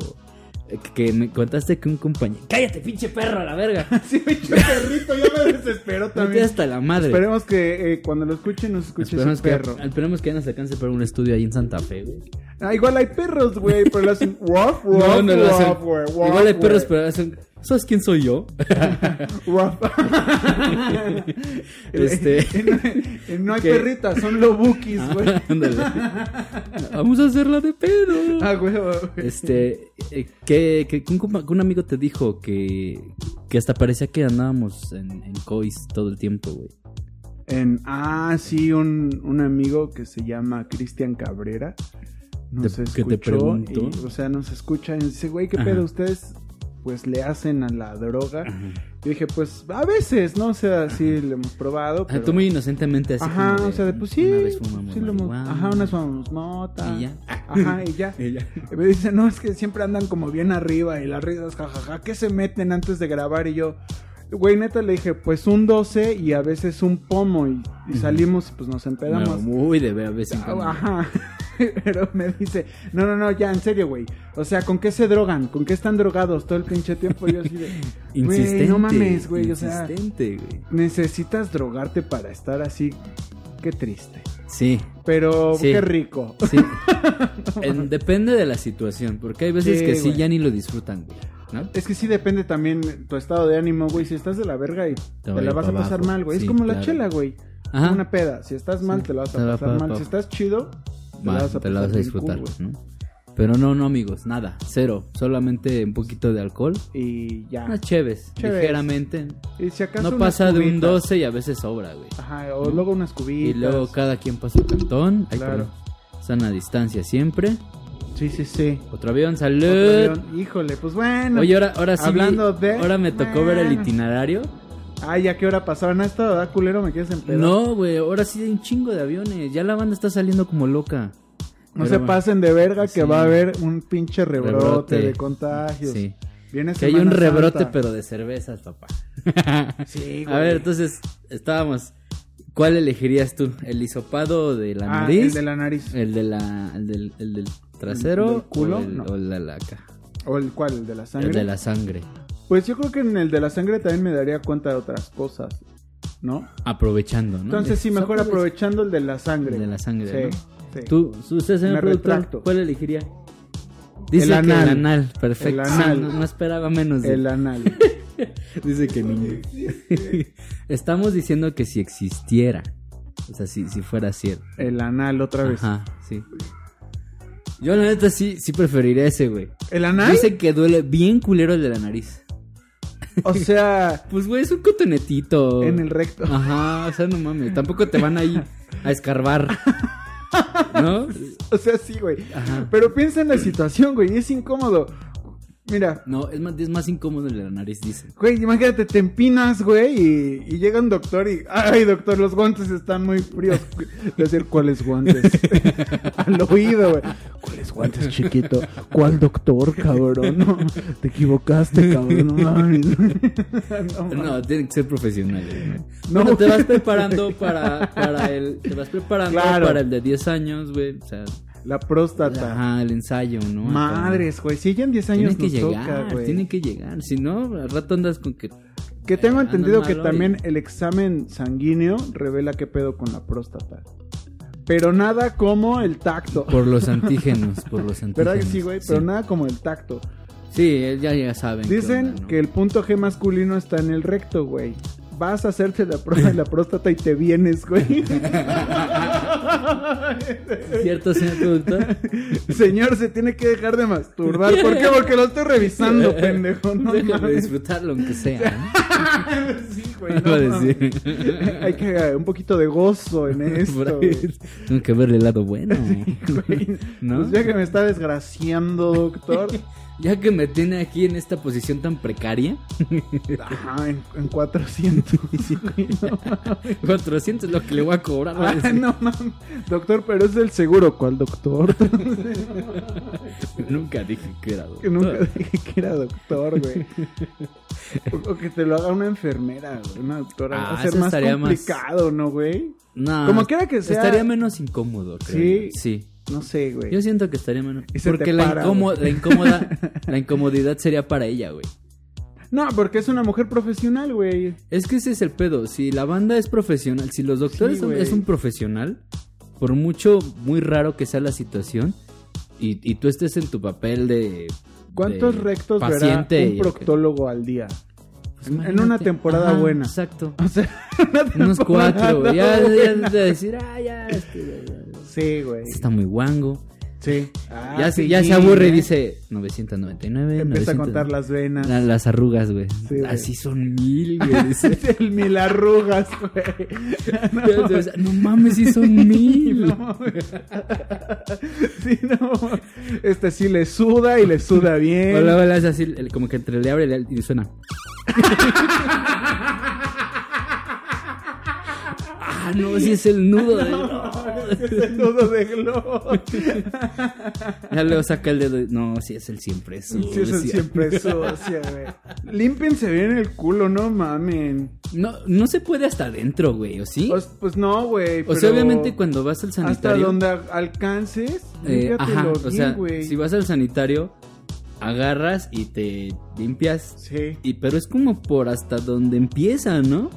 [SPEAKER 1] eh, que me contaste que un compañero. ¡Cállate, pinche perro, a la verga!
[SPEAKER 2] Sí, pinche perrito, ya me desesperó
[SPEAKER 1] Vete
[SPEAKER 2] también.
[SPEAKER 1] hasta la madre.
[SPEAKER 2] Esperemos que eh, cuando lo escuchen, nos escuche ese
[SPEAKER 1] Esperemos que,
[SPEAKER 2] perro.
[SPEAKER 1] esperemos que ya nos alcance para un estudio ahí en Santa Fe, güey.
[SPEAKER 2] Ah, igual hay perros, güey, pero lo hacen. Woof, woof,
[SPEAKER 1] No, no lo
[SPEAKER 2] woof,
[SPEAKER 1] hacen.
[SPEAKER 2] güey, woof,
[SPEAKER 1] Igual hay perros,
[SPEAKER 2] güey,
[SPEAKER 1] pero hacen. ¿Sabes quién soy yo?
[SPEAKER 2] woof.
[SPEAKER 1] Este. Ah.
[SPEAKER 2] Eh, no hay
[SPEAKER 1] ¿Qué?
[SPEAKER 2] perritas, son lobukis, güey.
[SPEAKER 1] Ándale. Vamos a hacerla de pedo.
[SPEAKER 2] Ah, güey, güey.
[SPEAKER 1] Este, eh, que, que un, compa- que un amigo te dijo que, que hasta parecía que andábamos en, en cois todo el tiempo, güey.
[SPEAKER 2] En- ah, sí, un, un amigo que se llama Cristian Cabrera. Nos
[SPEAKER 1] Te- que
[SPEAKER 2] escuchó.
[SPEAKER 1] te preguntó.
[SPEAKER 2] y, o sea, nos escucha y nos dice, güey, ¿qué
[SPEAKER 1] Ajá.
[SPEAKER 2] pedo? Ustedes pues le hacen a la droga. Yo dije, pues a veces, ¿no? O sea, sí lo hemos probado.
[SPEAKER 1] Ah,
[SPEAKER 2] Pero...
[SPEAKER 1] tú muy inocentemente así.
[SPEAKER 2] Ajá,
[SPEAKER 1] como
[SPEAKER 2] o sea, de, pues sí.
[SPEAKER 1] Una vez fumamos
[SPEAKER 2] sí lo hemos-
[SPEAKER 1] marihuana,
[SPEAKER 2] Ajá, unas fumamos mota.
[SPEAKER 1] Y ya.
[SPEAKER 2] Ajá, y ya.
[SPEAKER 1] y ya.
[SPEAKER 2] Y me dice, no, es que siempre andan como bien arriba y las risas, jajaja, ¿qué se meten antes de grabar? Y yo, güey, neta le dije, pues un 12 y a veces un pomo y, y salimos y pues nos
[SPEAKER 1] No,
[SPEAKER 2] empedamos. Ah,
[SPEAKER 1] muy de ver a veces. en cuando.
[SPEAKER 2] Ajá. Pero me dice, no, no, no, ya, en serio, güey. O sea, ¿con qué se drogan? ¿Con qué están drogados todo el pinche tiempo? Y yo así de,
[SPEAKER 1] Insistente.
[SPEAKER 2] güey, no mames, güey, o sea,
[SPEAKER 1] Insistente, güey.
[SPEAKER 2] necesitas drogarte para estar así. Qué triste.
[SPEAKER 1] Sí,
[SPEAKER 2] Pero
[SPEAKER 1] Sí.
[SPEAKER 2] qué rico.
[SPEAKER 1] sí. En- depende de la situación, porque hay veces
[SPEAKER 2] Sí,
[SPEAKER 1] que sí
[SPEAKER 2] güey.
[SPEAKER 1] ya ni lo disfrutan, güey. ¿No?
[SPEAKER 2] Es que sí depende también tu estado de ánimo, güey. Si estás de la verga y te,
[SPEAKER 1] va a
[SPEAKER 2] la
[SPEAKER 1] ir
[SPEAKER 2] vas a
[SPEAKER 1] pa'
[SPEAKER 2] pasar
[SPEAKER 1] abajo.
[SPEAKER 2] mal, güey.
[SPEAKER 1] Sí,
[SPEAKER 2] es como la
[SPEAKER 1] claro.
[SPEAKER 2] chela, güey.
[SPEAKER 1] Ajá.
[SPEAKER 2] Una peda. Si estás mal, te la vas
[SPEAKER 1] Te
[SPEAKER 2] a
[SPEAKER 1] va pa-
[SPEAKER 2] pasar mal.
[SPEAKER 1] pa-
[SPEAKER 2] Si estás chido, te
[SPEAKER 1] Va,
[SPEAKER 2] la vas a
[SPEAKER 1] te la vas a
[SPEAKER 2] pasar bien
[SPEAKER 1] disfrutar,
[SPEAKER 2] cool, güey.
[SPEAKER 1] ¿no? Pero no, no, amigos, nada, cero, solamente un poquito de alcohol,
[SPEAKER 2] y ya.
[SPEAKER 1] unas cheves,
[SPEAKER 2] Chéves.
[SPEAKER 1] ligeramente.
[SPEAKER 2] Y si acaso
[SPEAKER 1] No
[SPEAKER 2] unas
[SPEAKER 1] pasa de un
[SPEAKER 2] cubitas.
[SPEAKER 1] 12 y a veces sobra, güey.
[SPEAKER 2] Ajá, o luego unas
[SPEAKER 1] Y
[SPEAKER 2] cubitas.
[SPEAKER 1] luego cada quien pasa su cantón, Ay,
[SPEAKER 2] Claro.
[SPEAKER 1] perdón. sana distancia siempre.
[SPEAKER 2] Sí, sí, sí.
[SPEAKER 1] Otro avión,
[SPEAKER 2] Otro
[SPEAKER 1] salud.
[SPEAKER 2] avión. Híjole, pues bueno.
[SPEAKER 1] Eh. Oye, ahora, ahora sí,
[SPEAKER 2] Hablando de-
[SPEAKER 1] ahora me tocó ver el
[SPEAKER 2] Bueno.
[SPEAKER 1] itinerario.
[SPEAKER 2] Ay, ¿a qué hora pasaban esto? ¿Verdad, culero? ¿Me quieres empedar?
[SPEAKER 1] No, güey, ahora sí hay un chingo de aviones, ya la banda está saliendo como loca.
[SPEAKER 2] No
[SPEAKER 1] Pero
[SPEAKER 2] se
[SPEAKER 1] bueno,
[SPEAKER 2] pasen de verga
[SPEAKER 1] Sí.
[SPEAKER 2] que va a haber un pinche rebrote,
[SPEAKER 1] Rebrote.
[SPEAKER 2] de contagios.
[SPEAKER 1] Sí.
[SPEAKER 2] Viene
[SPEAKER 1] Que hay un
[SPEAKER 2] Semana
[SPEAKER 1] rebrote,
[SPEAKER 2] Santa.
[SPEAKER 1] pero de cervezas, papá.
[SPEAKER 2] Sí, güey.
[SPEAKER 1] A ver, entonces estábamos. ¿Cuál elegirías tú? ¿El hisopado de la
[SPEAKER 2] Ah,
[SPEAKER 1] nariz? Eh.
[SPEAKER 2] el de la nariz.
[SPEAKER 1] El, de la, el, del, el del trasero?
[SPEAKER 2] ¿El del culo?
[SPEAKER 1] ¿O, el,
[SPEAKER 2] No.
[SPEAKER 1] o el de la ca-
[SPEAKER 2] ¿O el cuál? ¿El de la sangre?
[SPEAKER 1] El de la sangre.
[SPEAKER 2] Pues yo creo que en el de la sangre también me daría cuenta de otras cosas, ¿no?
[SPEAKER 1] Aprovechando, Ah, ¿no?
[SPEAKER 2] Entonces sí, mejor
[SPEAKER 1] Aprovech-
[SPEAKER 2] aprovechando el de la sangre.
[SPEAKER 1] El de la sangre,
[SPEAKER 2] Sí, sí.
[SPEAKER 1] Tú, su- usted, señor
[SPEAKER 2] Me
[SPEAKER 1] productor,
[SPEAKER 2] retracto.
[SPEAKER 1] ¿cuál elegiría? Dice que
[SPEAKER 2] anal.
[SPEAKER 1] el anal, perfecto.
[SPEAKER 2] El anal.
[SPEAKER 1] No, no esperaba menos. de-
[SPEAKER 2] El anal.
[SPEAKER 1] Dice que niño. Estamos diciendo que si existiera, o sea, si, si fuera cierto.
[SPEAKER 2] el anal otra vez.
[SPEAKER 1] Ajá, sí. Yo la neta sí, sí preferiría ese, güey.
[SPEAKER 2] ¿El anal?
[SPEAKER 1] Dice que duele bien culero el de la nariz.
[SPEAKER 2] O sea,
[SPEAKER 1] Pues, güey, es un cotonetito.
[SPEAKER 2] en el recto.
[SPEAKER 1] Ajá, o sea, no mames. Tampoco te van ahí a escarbar. ¿No?
[SPEAKER 2] O sea, sí, güey.
[SPEAKER 1] Ajá.
[SPEAKER 2] Pero piensa en la situación, güey. Es incómodo. Mira,
[SPEAKER 1] No, es más, es más incómodo el de la nariz, dice.
[SPEAKER 2] güey, imagínate, te empinas, güey, y, y llega un doctor y. Ay, doctor, los guantes están muy fríos. Decir, ¿cuáles guantes? Al oído, güey. ¿Cuáles guantes, chiquito? ¿Cuál doctor, cabrón? No, te equivocaste, cabrón. No mames. No,
[SPEAKER 1] No, tiene que ser profesional. güey.
[SPEAKER 2] No,
[SPEAKER 1] Bueno, te vas
[SPEAKER 2] güey.
[SPEAKER 1] preparando para, para el. Te vas preparando
[SPEAKER 2] Claro.
[SPEAKER 1] para el de 10 años, güey. O sea,
[SPEAKER 2] La próstata.
[SPEAKER 1] ajá, el ensayo, ¿no? Acá.
[SPEAKER 2] Madres, güey. Si ya en 10
[SPEAKER 1] Tienen
[SPEAKER 2] años
[SPEAKER 1] que
[SPEAKER 2] nos
[SPEAKER 1] llegar,
[SPEAKER 2] toca, güey.
[SPEAKER 1] tienen que llegar. Si no, al rato andas con que
[SPEAKER 2] Que tengo
[SPEAKER 1] Eh,
[SPEAKER 2] entendido
[SPEAKER 1] andan
[SPEAKER 2] que
[SPEAKER 1] mal hoy.
[SPEAKER 2] también el examen sanguíneo revela qué pedo con la próstata. Pero nada como el tacto.
[SPEAKER 1] Por los antígenos, por los antígenos.
[SPEAKER 2] ¿Verdad que sí, güey? Pero
[SPEAKER 1] sí.
[SPEAKER 2] nada como el tacto.
[SPEAKER 1] Sí, él ya, ya saben. qué
[SPEAKER 2] Dicen
[SPEAKER 1] onda, ¿no?
[SPEAKER 2] que el punto G masculino está en el recto, güey. Vas a hacerte la prueba de la próstata y te vienes, güey.
[SPEAKER 1] ¿Cierto, señor productor?
[SPEAKER 2] Señor, se tiene que dejar de masturbar. ¿Por qué? Porque lo estoy revisando, pendejo. No
[SPEAKER 1] Déjame
[SPEAKER 2] mames.
[SPEAKER 1] disfrutarlo, aunque sea.
[SPEAKER 2] Sí, güey,
[SPEAKER 1] ¿no?
[SPEAKER 2] no
[SPEAKER 1] Va a
[SPEAKER 2] mames.
[SPEAKER 1] decir.
[SPEAKER 2] Hay que eh, un poquito de gozo en
[SPEAKER 1] Por
[SPEAKER 2] esto.
[SPEAKER 1] ahí. Tengo que verle el lado bueno. eh,
[SPEAKER 2] güey.
[SPEAKER 1] ¿No?
[SPEAKER 2] Pues ya que me está desgraciando, doctor.
[SPEAKER 1] Ya que me tiene aquí en esta posición tan precaria,
[SPEAKER 2] Ajá, en, en 400. güey, no,
[SPEAKER 1] 400 es lo que le voy a cobrar. va a
[SPEAKER 2] Ah,
[SPEAKER 1] decir.
[SPEAKER 2] no mames. Doctor, pero es del seguro. ¿Cuál doctor?
[SPEAKER 1] Nunca dije que era
[SPEAKER 2] que nunca
[SPEAKER 1] Ah.
[SPEAKER 2] dije que era doctor, güey. O, o que te lo haga una enfermera, güey, una doctora.
[SPEAKER 1] Ah,
[SPEAKER 2] Va a ser
[SPEAKER 1] eso
[SPEAKER 2] más
[SPEAKER 1] estaría más-
[SPEAKER 2] complicado, ¿no, güey?
[SPEAKER 1] No,
[SPEAKER 2] Como quiera que sea.
[SPEAKER 1] Estaría menos incómodo, creo.
[SPEAKER 2] Sí.
[SPEAKER 1] yo. Sí.
[SPEAKER 2] No sé, güey.
[SPEAKER 1] Yo siento que estaría menos.
[SPEAKER 2] Y se te
[SPEAKER 1] Porque la,
[SPEAKER 2] para,
[SPEAKER 1] incómo-
[SPEAKER 2] güey.
[SPEAKER 1] la incómoda, la incomodidad sería para ella, güey.
[SPEAKER 2] No, porque es una mujer profesional, güey.
[SPEAKER 1] Es que ese es el pedo. Si la banda es profesional, si los doctores
[SPEAKER 2] Sí,
[SPEAKER 1] son-
[SPEAKER 2] güey.
[SPEAKER 1] es un profesional, por mucho, muy raro que sea la situación, y, y tú estés en tu papel de.
[SPEAKER 2] ¿Cuántos
[SPEAKER 1] de
[SPEAKER 2] rectos
[SPEAKER 1] paciente
[SPEAKER 2] verá
[SPEAKER 1] y-
[SPEAKER 2] un proctólogo al día?
[SPEAKER 1] Pues
[SPEAKER 2] en- en
[SPEAKER 1] imagínate.
[SPEAKER 2] una temporada buena.
[SPEAKER 1] Exacto.
[SPEAKER 2] O sea, una
[SPEAKER 1] Unos
[SPEAKER 2] temporada
[SPEAKER 1] cuatro, güey. Ya, ya
[SPEAKER 2] buena.
[SPEAKER 1] de decir, ah, ya, este, ya, ya, ya".
[SPEAKER 2] Sí, güey.
[SPEAKER 1] Está muy guango.
[SPEAKER 2] Sí. Ah,
[SPEAKER 1] ya se,
[SPEAKER 2] sí,
[SPEAKER 1] ya se aburre y
[SPEAKER 2] ¿eh?
[SPEAKER 1] dice 999.
[SPEAKER 2] Empieza a
[SPEAKER 1] 900".
[SPEAKER 2] contar las venas.
[SPEAKER 1] La- Ah, las arrugas, güey.
[SPEAKER 2] Sí, güey.
[SPEAKER 1] Así son mil, güey. dice.
[SPEAKER 2] El mil arrugas, güey.
[SPEAKER 1] O sea, No, mames, sí son mil.
[SPEAKER 2] No, güey. sí, no. Este sí le suda y le suda bien.
[SPEAKER 1] O luego le hace así, el- como que entre le abre y le- y suena. ah, no, sí es el nudo. de-
[SPEAKER 2] Ese nudo de globo.
[SPEAKER 1] Ya luego saca el dedo. y- No, sí es el siempre. es
[SPEAKER 2] Sí, eso
[SPEAKER 1] sucio.
[SPEAKER 2] siempre socia, güey. Límpense bien el culo, no mamen.
[SPEAKER 1] No, no se puede hasta adentro, güey, ¿o sí? O,
[SPEAKER 2] Pues, pues no, güey.
[SPEAKER 1] sea,
[SPEAKER 2] pero
[SPEAKER 1] obviamente cuando vas al
[SPEAKER 2] Hasta
[SPEAKER 1] sanitario.
[SPEAKER 2] donde a- alcances,
[SPEAKER 1] eh,
[SPEAKER 2] límpiatelo
[SPEAKER 1] ajá, o
[SPEAKER 2] bien,
[SPEAKER 1] sea,
[SPEAKER 2] güey.
[SPEAKER 1] si vas al sanitario, agarras y te limpias.
[SPEAKER 2] Sí.
[SPEAKER 1] Y pero es como por hasta donde empieza, ¿no?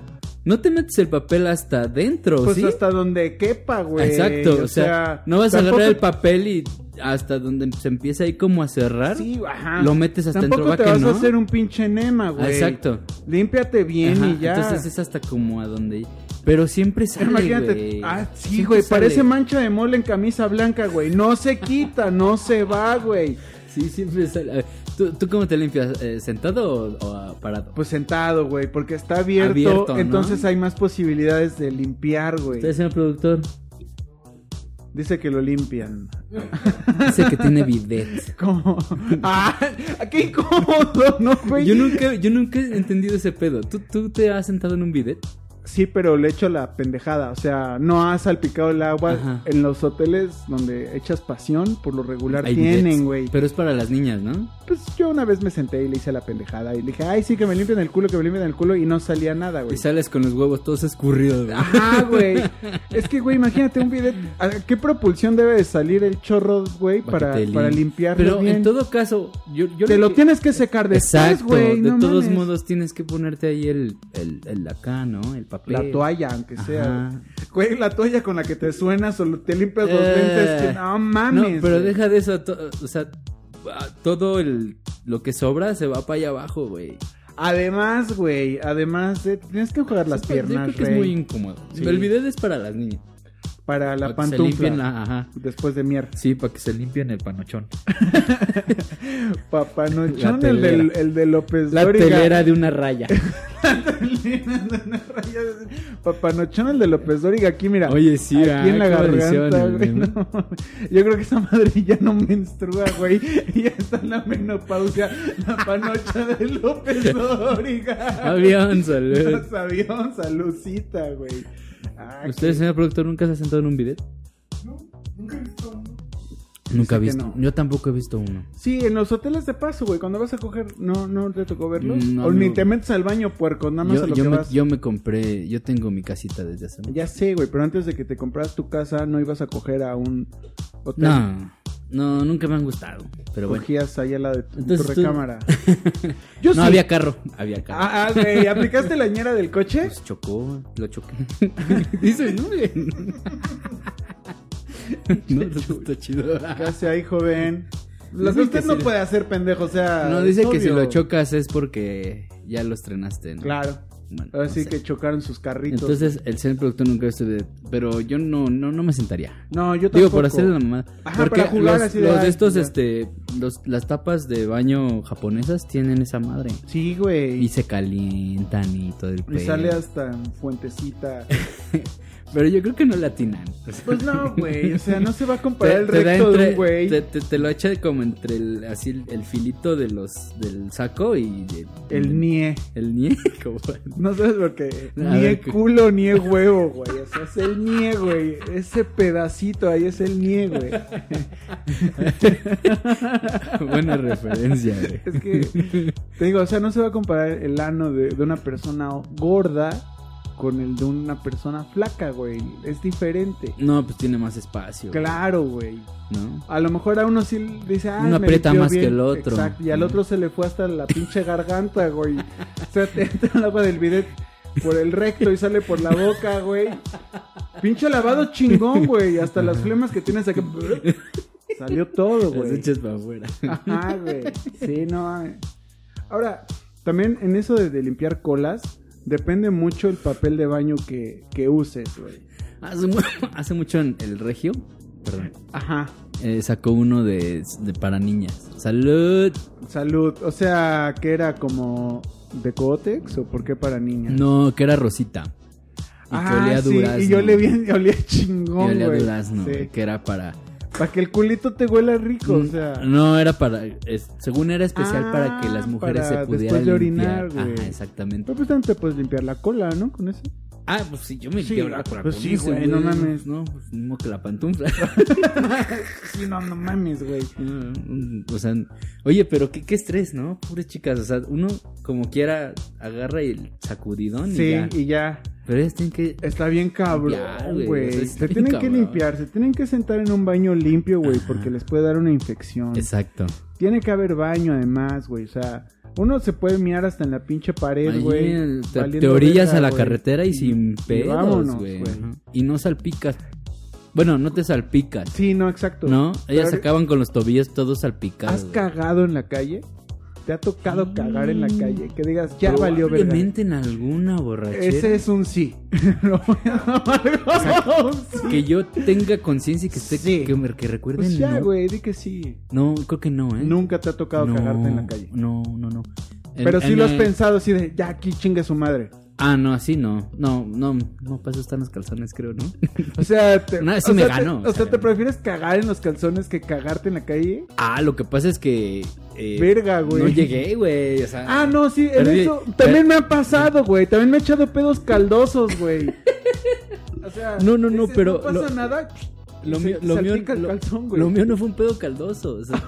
[SPEAKER 1] No te metes el papel hasta adentro,
[SPEAKER 2] Pues
[SPEAKER 1] ¿sí?
[SPEAKER 2] hasta donde quepa, güey.
[SPEAKER 1] Exacto, o, sea, no vas a
[SPEAKER 2] tampoco-
[SPEAKER 1] agarrar el papel y hasta donde se empieza ahí como a cerrar.
[SPEAKER 2] Sí, ajá.
[SPEAKER 1] Lo metes hasta
[SPEAKER 2] Tampoco
[SPEAKER 1] dentro, va
[SPEAKER 2] te
[SPEAKER 1] que
[SPEAKER 2] vas
[SPEAKER 1] no.
[SPEAKER 2] a hacer un pinche enema,
[SPEAKER 1] Ah,
[SPEAKER 2] güey.
[SPEAKER 1] Exacto.
[SPEAKER 2] Límpiate bien
[SPEAKER 1] Ajá,
[SPEAKER 2] y ya.
[SPEAKER 1] Entonces es hasta como a donde. Pero siempre sale,
[SPEAKER 2] Imagínate.
[SPEAKER 1] güey.
[SPEAKER 2] Ah, sí,
[SPEAKER 1] Siempre
[SPEAKER 2] güey.
[SPEAKER 1] sale.
[SPEAKER 2] Parece mancha de mole en camisa blanca, güey. No se quita, no se va, güey.
[SPEAKER 1] Sí, siempre sale. A ver, ¿Tú, tú cómo te limpias? Eh, ¿Sentado o, o, ah, parado?
[SPEAKER 2] Pues sentado, güey, porque está abierto.
[SPEAKER 1] Abierto, ¿no?
[SPEAKER 2] Entonces hay más posibilidades de limpiar, güey.
[SPEAKER 1] Usted, señor productor,
[SPEAKER 2] Dice que lo limpian.
[SPEAKER 1] dice que tiene bidet.
[SPEAKER 2] ¿Cómo? ¡Ah! ¡Qué incómodo, no, güey!
[SPEAKER 1] Yo nunca, yo nunca he entendido ese pedo. ¿Tú, tú te has sentado en un bidet?
[SPEAKER 2] Sí, pero le echo la pendejada. O sea, no ha salpicado el agua.
[SPEAKER 1] Ajá.
[SPEAKER 2] En los hoteles donde echas pasión, por lo regular
[SPEAKER 1] Hay bidets,
[SPEAKER 2] tienen, güey.
[SPEAKER 1] Pero es para las niñas, ¿no?
[SPEAKER 2] Pues yo una vez me senté y le hice la pendejada. Y le dije, ay, sí, que me limpian el culo, que me limpian el culo. Y no salía nada, güey.
[SPEAKER 1] Y sales con los huevos todos escurridos, güey.
[SPEAKER 2] Ajá, güey. Es que, güey, imagínate un bidet. ¿A ¿Qué propulsión debe de salir el chorro, güey,
[SPEAKER 1] Para que
[SPEAKER 2] para,
[SPEAKER 1] te
[SPEAKER 2] para,
[SPEAKER 1] lim-
[SPEAKER 2] limpiarlo
[SPEAKER 1] Pero
[SPEAKER 2] bien?
[SPEAKER 1] en todo caso, yo, yo
[SPEAKER 2] Te lo
[SPEAKER 1] que-
[SPEAKER 2] tienes que secar después,
[SPEAKER 1] Exacto,
[SPEAKER 2] güey.
[SPEAKER 1] de
[SPEAKER 2] no
[SPEAKER 1] todos
[SPEAKER 2] mames.
[SPEAKER 1] modos tienes que ponerte ahí el, el, el acá, ¿no? El papel.
[SPEAKER 2] La toalla, aunque sea.
[SPEAKER 1] Ajá.
[SPEAKER 2] Güey, la toalla con la que te suenas o lo- te limpias los
[SPEAKER 1] Eh,
[SPEAKER 2] dientes. que- No
[SPEAKER 1] No,
[SPEAKER 2] mames.
[SPEAKER 1] pero
[SPEAKER 2] güey.
[SPEAKER 1] deja de eso, to- o sea, ah, todo el, lo que sobra se va para allá abajo, güey.
[SPEAKER 2] Además, güey, además de- tienes que jugar las
[SPEAKER 1] Yo creo
[SPEAKER 2] piernas,
[SPEAKER 1] que es
[SPEAKER 2] rey,
[SPEAKER 1] muy incómodo.
[SPEAKER 2] Sí.
[SPEAKER 1] Pero el bidet es para las niñas.
[SPEAKER 2] para la
[SPEAKER 1] para que se
[SPEAKER 2] pantufla.
[SPEAKER 1] limpien la- ajá.
[SPEAKER 2] Después de mierda.
[SPEAKER 1] Sí, para que se limpien el panochón.
[SPEAKER 2] Papá
[SPEAKER 1] La
[SPEAKER 2] Nochón, el
[SPEAKER 1] telera.
[SPEAKER 2] del- el de López
[SPEAKER 1] La
[SPEAKER 2] Dóriga.
[SPEAKER 1] telera de una raya.
[SPEAKER 2] Papá Nochón, el de López Dóriga, aquí mira.
[SPEAKER 1] Oye, sí, ah,
[SPEAKER 2] aquí en la
[SPEAKER 1] qué
[SPEAKER 2] garganta,
[SPEAKER 1] maldiciones,
[SPEAKER 2] güey.
[SPEAKER 1] ¿no?
[SPEAKER 2] no mames. Yo creo que esa madre ya no menstrua, güey. Y ya está en la menopausia. La panocha de López
[SPEAKER 1] Ah,
[SPEAKER 2] Dóriga.
[SPEAKER 1] Avión, salud.
[SPEAKER 2] Los avión, salucita, güey. Ah,
[SPEAKER 1] ¿Usted, señor productor, nunca se ha sentado en un bidet? Nunca he
[SPEAKER 2] Dice que
[SPEAKER 1] visto.
[SPEAKER 2] no.
[SPEAKER 1] Yo tampoco he visto uno.
[SPEAKER 2] Sí, en los hoteles de paso, güey. Cuando vas a coger, no, no te tocó verlos.
[SPEAKER 1] Mm, No,
[SPEAKER 2] o ni
[SPEAKER 1] no.
[SPEAKER 2] te metes al baño, puerco, nada más
[SPEAKER 1] Yo,
[SPEAKER 2] a lo
[SPEAKER 1] yo
[SPEAKER 2] que
[SPEAKER 1] me,
[SPEAKER 2] vas.
[SPEAKER 1] yo me compré, yo tengo mi casita desde hace mucho.
[SPEAKER 2] Ya sé, güey, pero antes de que te compras tu casa, no ibas a coger a un hotel.
[SPEAKER 1] No, no, nunca me han gustado. Pero bueno.
[SPEAKER 2] Cogías ahí a la de tu,
[SPEAKER 1] Entonces
[SPEAKER 2] tu
[SPEAKER 1] tú-
[SPEAKER 2] recámara. Yo
[SPEAKER 1] no
[SPEAKER 2] sí.
[SPEAKER 1] había carro, había carro.
[SPEAKER 2] Ah, ¿eh? ah, güey, ¿aplicaste la ñera del coche?
[SPEAKER 1] Pues chocó, lo choqué. Dice, no, güey. no, no está chido.
[SPEAKER 2] Casi ahí, joven. Lo
[SPEAKER 1] Dicen
[SPEAKER 2] que usted
[SPEAKER 1] que
[SPEAKER 2] no
[SPEAKER 1] si-
[SPEAKER 2] puede hacer, pendejo, o sea.
[SPEAKER 1] No, dice
[SPEAKER 2] es
[SPEAKER 1] que si
[SPEAKER 2] obvio.
[SPEAKER 1] lo chocas es porque ya lo estrenaste, ¿no?
[SPEAKER 2] Claro.
[SPEAKER 1] Bueno, no
[SPEAKER 2] Así
[SPEAKER 1] sé.
[SPEAKER 2] que chocaron sus carritos.
[SPEAKER 1] Entonces, el señor productor nunca estuve, pero yo no, no, no me sentaría.
[SPEAKER 2] no, yo tampoco.
[SPEAKER 1] Digo, por hacer la mamada.
[SPEAKER 2] Ajá,
[SPEAKER 1] Porque
[SPEAKER 2] para jugar
[SPEAKER 1] los,
[SPEAKER 2] así de,
[SPEAKER 1] los
[SPEAKER 2] "Ay,
[SPEAKER 1] estos,
[SPEAKER 2] ya".
[SPEAKER 1] este, los, las tapas de baño japonesas tienen esa madre.
[SPEAKER 2] Sí,
[SPEAKER 1] Y
[SPEAKER 2] güey.
[SPEAKER 1] se calientan y todo el
[SPEAKER 2] Y
[SPEAKER 1] pedo.
[SPEAKER 2] sale hasta en fuentecita.
[SPEAKER 1] Pero yo creo que no le atinan.
[SPEAKER 2] Pues no, güey. O sea, no se va a comparar
[SPEAKER 1] Te,
[SPEAKER 2] el
[SPEAKER 1] te da
[SPEAKER 2] recto de
[SPEAKER 1] entre-
[SPEAKER 2] un güey.
[SPEAKER 1] te, te- te lo echa como entre el, así el, el filito de los, del saco y de-
[SPEAKER 2] El nie.
[SPEAKER 1] el nie, como-
[SPEAKER 2] No sabes por qué.
[SPEAKER 1] A
[SPEAKER 2] Ni
[SPEAKER 1] ver,
[SPEAKER 2] el
[SPEAKER 1] ¿qué?
[SPEAKER 2] culo, ni el huevo, güey. O sea, es el nie, güey. Ese pedacito ahí es el nie, güey.
[SPEAKER 1] buena referencia, güey.
[SPEAKER 2] Es que, te digo, o sea, no se va a comparar el ano de, de una persona gorda con el de una persona flaca, güey. Es diferente.
[SPEAKER 1] No, pues tiene más espacio. güey,
[SPEAKER 2] Claro, güey.
[SPEAKER 1] ¿No?
[SPEAKER 2] A lo mejor a uno sí dice, ah,
[SPEAKER 1] Uno aprieta más que el otro.
[SPEAKER 2] Exacto. Y al
[SPEAKER 1] Mm.
[SPEAKER 2] otro se le fue hasta la pinche garganta, güey. O sea, te entra el agua del bidet por el recto y sale por la boca, güey. Pinche lavado chingón, güey. Hasta las flemas que tienes aquí. Salió todo,
[SPEAKER 1] Las
[SPEAKER 2] güey.
[SPEAKER 1] echas para afuera.
[SPEAKER 2] Ajá, güey. Sí, no. mames. Ahora, también en eso de, de limpiar colas, depende mucho el papel de baño que, que uses, güey.
[SPEAKER 1] Hace, mu- hace mucho en el regio, perdón,
[SPEAKER 2] Ajá.
[SPEAKER 1] eh, sacó uno de, de para niñas. Salud.
[SPEAKER 2] Salud. O sea, que era como de Cotex o por qué para niñas.
[SPEAKER 1] No, que era rosita. Y que
[SPEAKER 2] Ah,
[SPEAKER 1] olía a
[SPEAKER 2] sí,
[SPEAKER 1] durazno.
[SPEAKER 2] y yo le vi, olía
[SPEAKER 1] Y
[SPEAKER 2] chingón,
[SPEAKER 1] olía a
[SPEAKER 2] güey.
[SPEAKER 1] durazno,
[SPEAKER 2] Sí.
[SPEAKER 1] güey, que era para...
[SPEAKER 2] Para que el culito te huela rico, o
[SPEAKER 1] Mm,
[SPEAKER 2] sea.
[SPEAKER 1] No, era para... es- según era especial
[SPEAKER 2] Ah,
[SPEAKER 1] para que las mujeres
[SPEAKER 2] para
[SPEAKER 1] se pudieran
[SPEAKER 2] después de orinar,
[SPEAKER 1] limpiar.
[SPEAKER 2] güey.
[SPEAKER 1] Ajá, exactamente.
[SPEAKER 2] Pero pues también te puedes limpiar la cola, ¿no? Con eso.
[SPEAKER 1] Ah, pues sí, yo me
[SPEAKER 2] Sí,
[SPEAKER 1] limpié la cola
[SPEAKER 2] pues
[SPEAKER 1] con
[SPEAKER 2] sí,
[SPEAKER 1] eso,
[SPEAKER 2] güey, no mames.
[SPEAKER 1] No, pues mismo que la pantufla.
[SPEAKER 2] Sí, no, no mames, güey.
[SPEAKER 1] Mm, o sea, oye, pero qué, qué estrés, ¿no? Pobres chicas, o sea, uno como quiera agarra el sacudidón y
[SPEAKER 2] Sí,
[SPEAKER 1] ya.
[SPEAKER 2] y ya.
[SPEAKER 1] Pero ellas tienen que...
[SPEAKER 2] Está bien
[SPEAKER 1] Limpiar,
[SPEAKER 2] cabrón,
[SPEAKER 1] güey,
[SPEAKER 2] güey.
[SPEAKER 1] o sea, está
[SPEAKER 2] se
[SPEAKER 1] bien
[SPEAKER 2] tienen que
[SPEAKER 1] cabrón.
[SPEAKER 2] limpiar, se tienen que sentar en un baño limpio, güey,
[SPEAKER 1] Ajá.
[SPEAKER 2] porque les puede dar una infección.
[SPEAKER 1] Exacto.
[SPEAKER 2] Tiene que haber baño además, güey. O sea, uno se puede mirar hasta en la pinche pared,
[SPEAKER 1] Ahí,
[SPEAKER 2] güey.
[SPEAKER 1] eh, te,
[SPEAKER 2] valiendo
[SPEAKER 1] te orillas
[SPEAKER 2] verga,
[SPEAKER 1] a la
[SPEAKER 2] güey.
[SPEAKER 1] carretera y sin pedos,
[SPEAKER 2] vámonos,
[SPEAKER 1] güey.
[SPEAKER 2] güey.
[SPEAKER 1] Ajá. Y no salpicas. Bueno, no te salpicas,
[SPEAKER 2] Sí, no, exacto.
[SPEAKER 1] ¿no? Ellas
[SPEAKER 2] Pero-
[SPEAKER 1] acaban con los tobillos todos
[SPEAKER 2] ¿Has
[SPEAKER 1] salpicados. güey.
[SPEAKER 2] cagado en la calle? ¿Te ha tocado
[SPEAKER 1] Sí.
[SPEAKER 2] cagar en la calle? Que digas, ya valió verga.
[SPEAKER 1] Mm. Probablemente en alguna borrachera.
[SPEAKER 2] Ese es un sí. Lo voy a tomar como un sí.
[SPEAKER 1] Que yo tenga conciencia y que esté
[SPEAKER 2] Sí.
[SPEAKER 1] que, me- que recuerden.
[SPEAKER 2] Pues ya,
[SPEAKER 1] no.
[SPEAKER 2] güey, di que sí.
[SPEAKER 1] No, creo que no, ¿eh?
[SPEAKER 2] Nunca te ha tocado cagarte en la calle.
[SPEAKER 1] No, no, no. En-
[SPEAKER 2] Pero sí
[SPEAKER 1] en
[SPEAKER 2] lo has
[SPEAKER 1] la-
[SPEAKER 2] pensado así de, ya aquí chinga su madre.
[SPEAKER 1] Ah, no, así no. No, no, no, para eso están los calzones, creo, ¿no?
[SPEAKER 2] O sea, te,
[SPEAKER 1] No, eso
[SPEAKER 2] o
[SPEAKER 1] me
[SPEAKER 2] sea, te-
[SPEAKER 1] ganó,
[SPEAKER 2] o sea, ¿te
[SPEAKER 1] obviamente.
[SPEAKER 2] prefieres cagar en los calzones que cagarte en la calle?
[SPEAKER 1] ah, lo que pasa es que. eh,
[SPEAKER 2] Verga, güey.
[SPEAKER 1] No llegué, güey. O sea,
[SPEAKER 2] Ah, no, sí, en
[SPEAKER 1] Perdí-
[SPEAKER 2] eso también me ha pasado, güey. También me he echado pedos caldosos, güey. O sea,
[SPEAKER 1] No, no, no,
[SPEAKER 2] dices,
[SPEAKER 1] pero
[SPEAKER 2] No pasa
[SPEAKER 1] lo-
[SPEAKER 2] nada.
[SPEAKER 1] lo,
[SPEAKER 2] y
[SPEAKER 1] mío,
[SPEAKER 2] se-
[SPEAKER 1] lo, mío,
[SPEAKER 2] salpica el
[SPEAKER 1] lo-
[SPEAKER 2] calzón, güey.
[SPEAKER 1] lo mío no fue un pedo caldoso. o sea,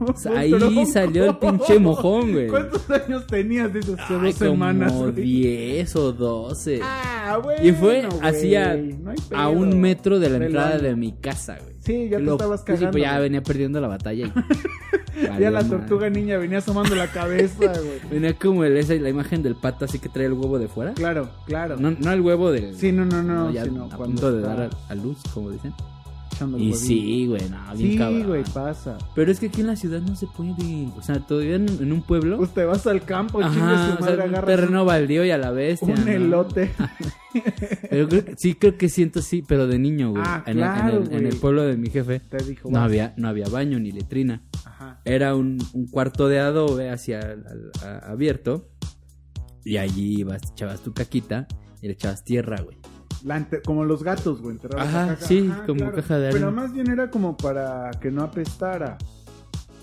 [SPEAKER 1] o sea, ahí
[SPEAKER 2] Pero,
[SPEAKER 1] salió el pinche mojón, güey.
[SPEAKER 2] ¿Cuántos años tenías? Dices, hace
[SPEAKER 1] Ay,
[SPEAKER 2] dos semanas.
[SPEAKER 1] como
[SPEAKER 2] güey.
[SPEAKER 1] 10 o 12.
[SPEAKER 2] Ah, bueno,
[SPEAKER 1] y fue
[SPEAKER 2] güey,
[SPEAKER 1] así a,
[SPEAKER 2] no hay
[SPEAKER 1] a
[SPEAKER 2] pedo.
[SPEAKER 1] un metro de la
[SPEAKER 2] Del
[SPEAKER 1] entrada
[SPEAKER 2] baño.
[SPEAKER 1] de mi casa, güey.
[SPEAKER 2] Sí, ya te
[SPEAKER 1] Lo-
[SPEAKER 2] estabas
[SPEAKER 1] pues sí,
[SPEAKER 2] cagando.
[SPEAKER 1] pues ya
[SPEAKER 2] güey.
[SPEAKER 1] venía perdiendo la batalla. y-
[SPEAKER 2] Ya la
[SPEAKER 1] Valió
[SPEAKER 2] tortuga
[SPEAKER 1] madre.
[SPEAKER 2] niña venía asomando la cabeza, güey.
[SPEAKER 1] Venía como el, esa, la imagen del pato así que trae el huevo de fuera.
[SPEAKER 2] Claro, claro.
[SPEAKER 1] No, no el huevo del...
[SPEAKER 2] sí, no, no, no.
[SPEAKER 1] no, ya
[SPEAKER 2] sino
[SPEAKER 1] a
[SPEAKER 2] cuando
[SPEAKER 1] punto de
[SPEAKER 2] está
[SPEAKER 1] dar a, a luz, como dicen.
[SPEAKER 2] echando el
[SPEAKER 1] Y
[SPEAKER 2] huevín.
[SPEAKER 1] sí, güey, no, bien
[SPEAKER 2] Sí,
[SPEAKER 1] cabrón.
[SPEAKER 2] güey, pasa.
[SPEAKER 1] Pero es que aquí en la ciudad no se puede. O sea, todavía en, en un pueblo.
[SPEAKER 2] Pues te vas al campo,
[SPEAKER 1] Ajá,
[SPEAKER 2] chingue su
[SPEAKER 1] o sea,
[SPEAKER 2] madre,
[SPEAKER 1] un
[SPEAKER 2] agarras
[SPEAKER 1] terreno baldío y a la bestia.
[SPEAKER 2] un
[SPEAKER 1] ¿no?
[SPEAKER 2] elote.
[SPEAKER 1] Pero creo que- sí, creo que siento sí, pero de niño, güey.
[SPEAKER 2] Ah,
[SPEAKER 1] en, el- en
[SPEAKER 2] claro,
[SPEAKER 1] el, en
[SPEAKER 2] güey.
[SPEAKER 1] el pueblo de mi jefe
[SPEAKER 2] Te dijo,
[SPEAKER 1] no
[SPEAKER 2] vas.
[SPEAKER 1] había, no había baño ni letrina.
[SPEAKER 2] Ajá.
[SPEAKER 1] Era un, un cuarto de adobe hacia el- al- a- abierto. Y allí ibas, echabas tu caquita y le echabas tierra, güey.
[SPEAKER 2] La ente- como los gatos, güey. enterrabas
[SPEAKER 1] Ajá,
[SPEAKER 2] la caja.
[SPEAKER 1] sí, como caja de
[SPEAKER 2] Pero
[SPEAKER 1] arena.
[SPEAKER 2] más bien era como para que no apestara.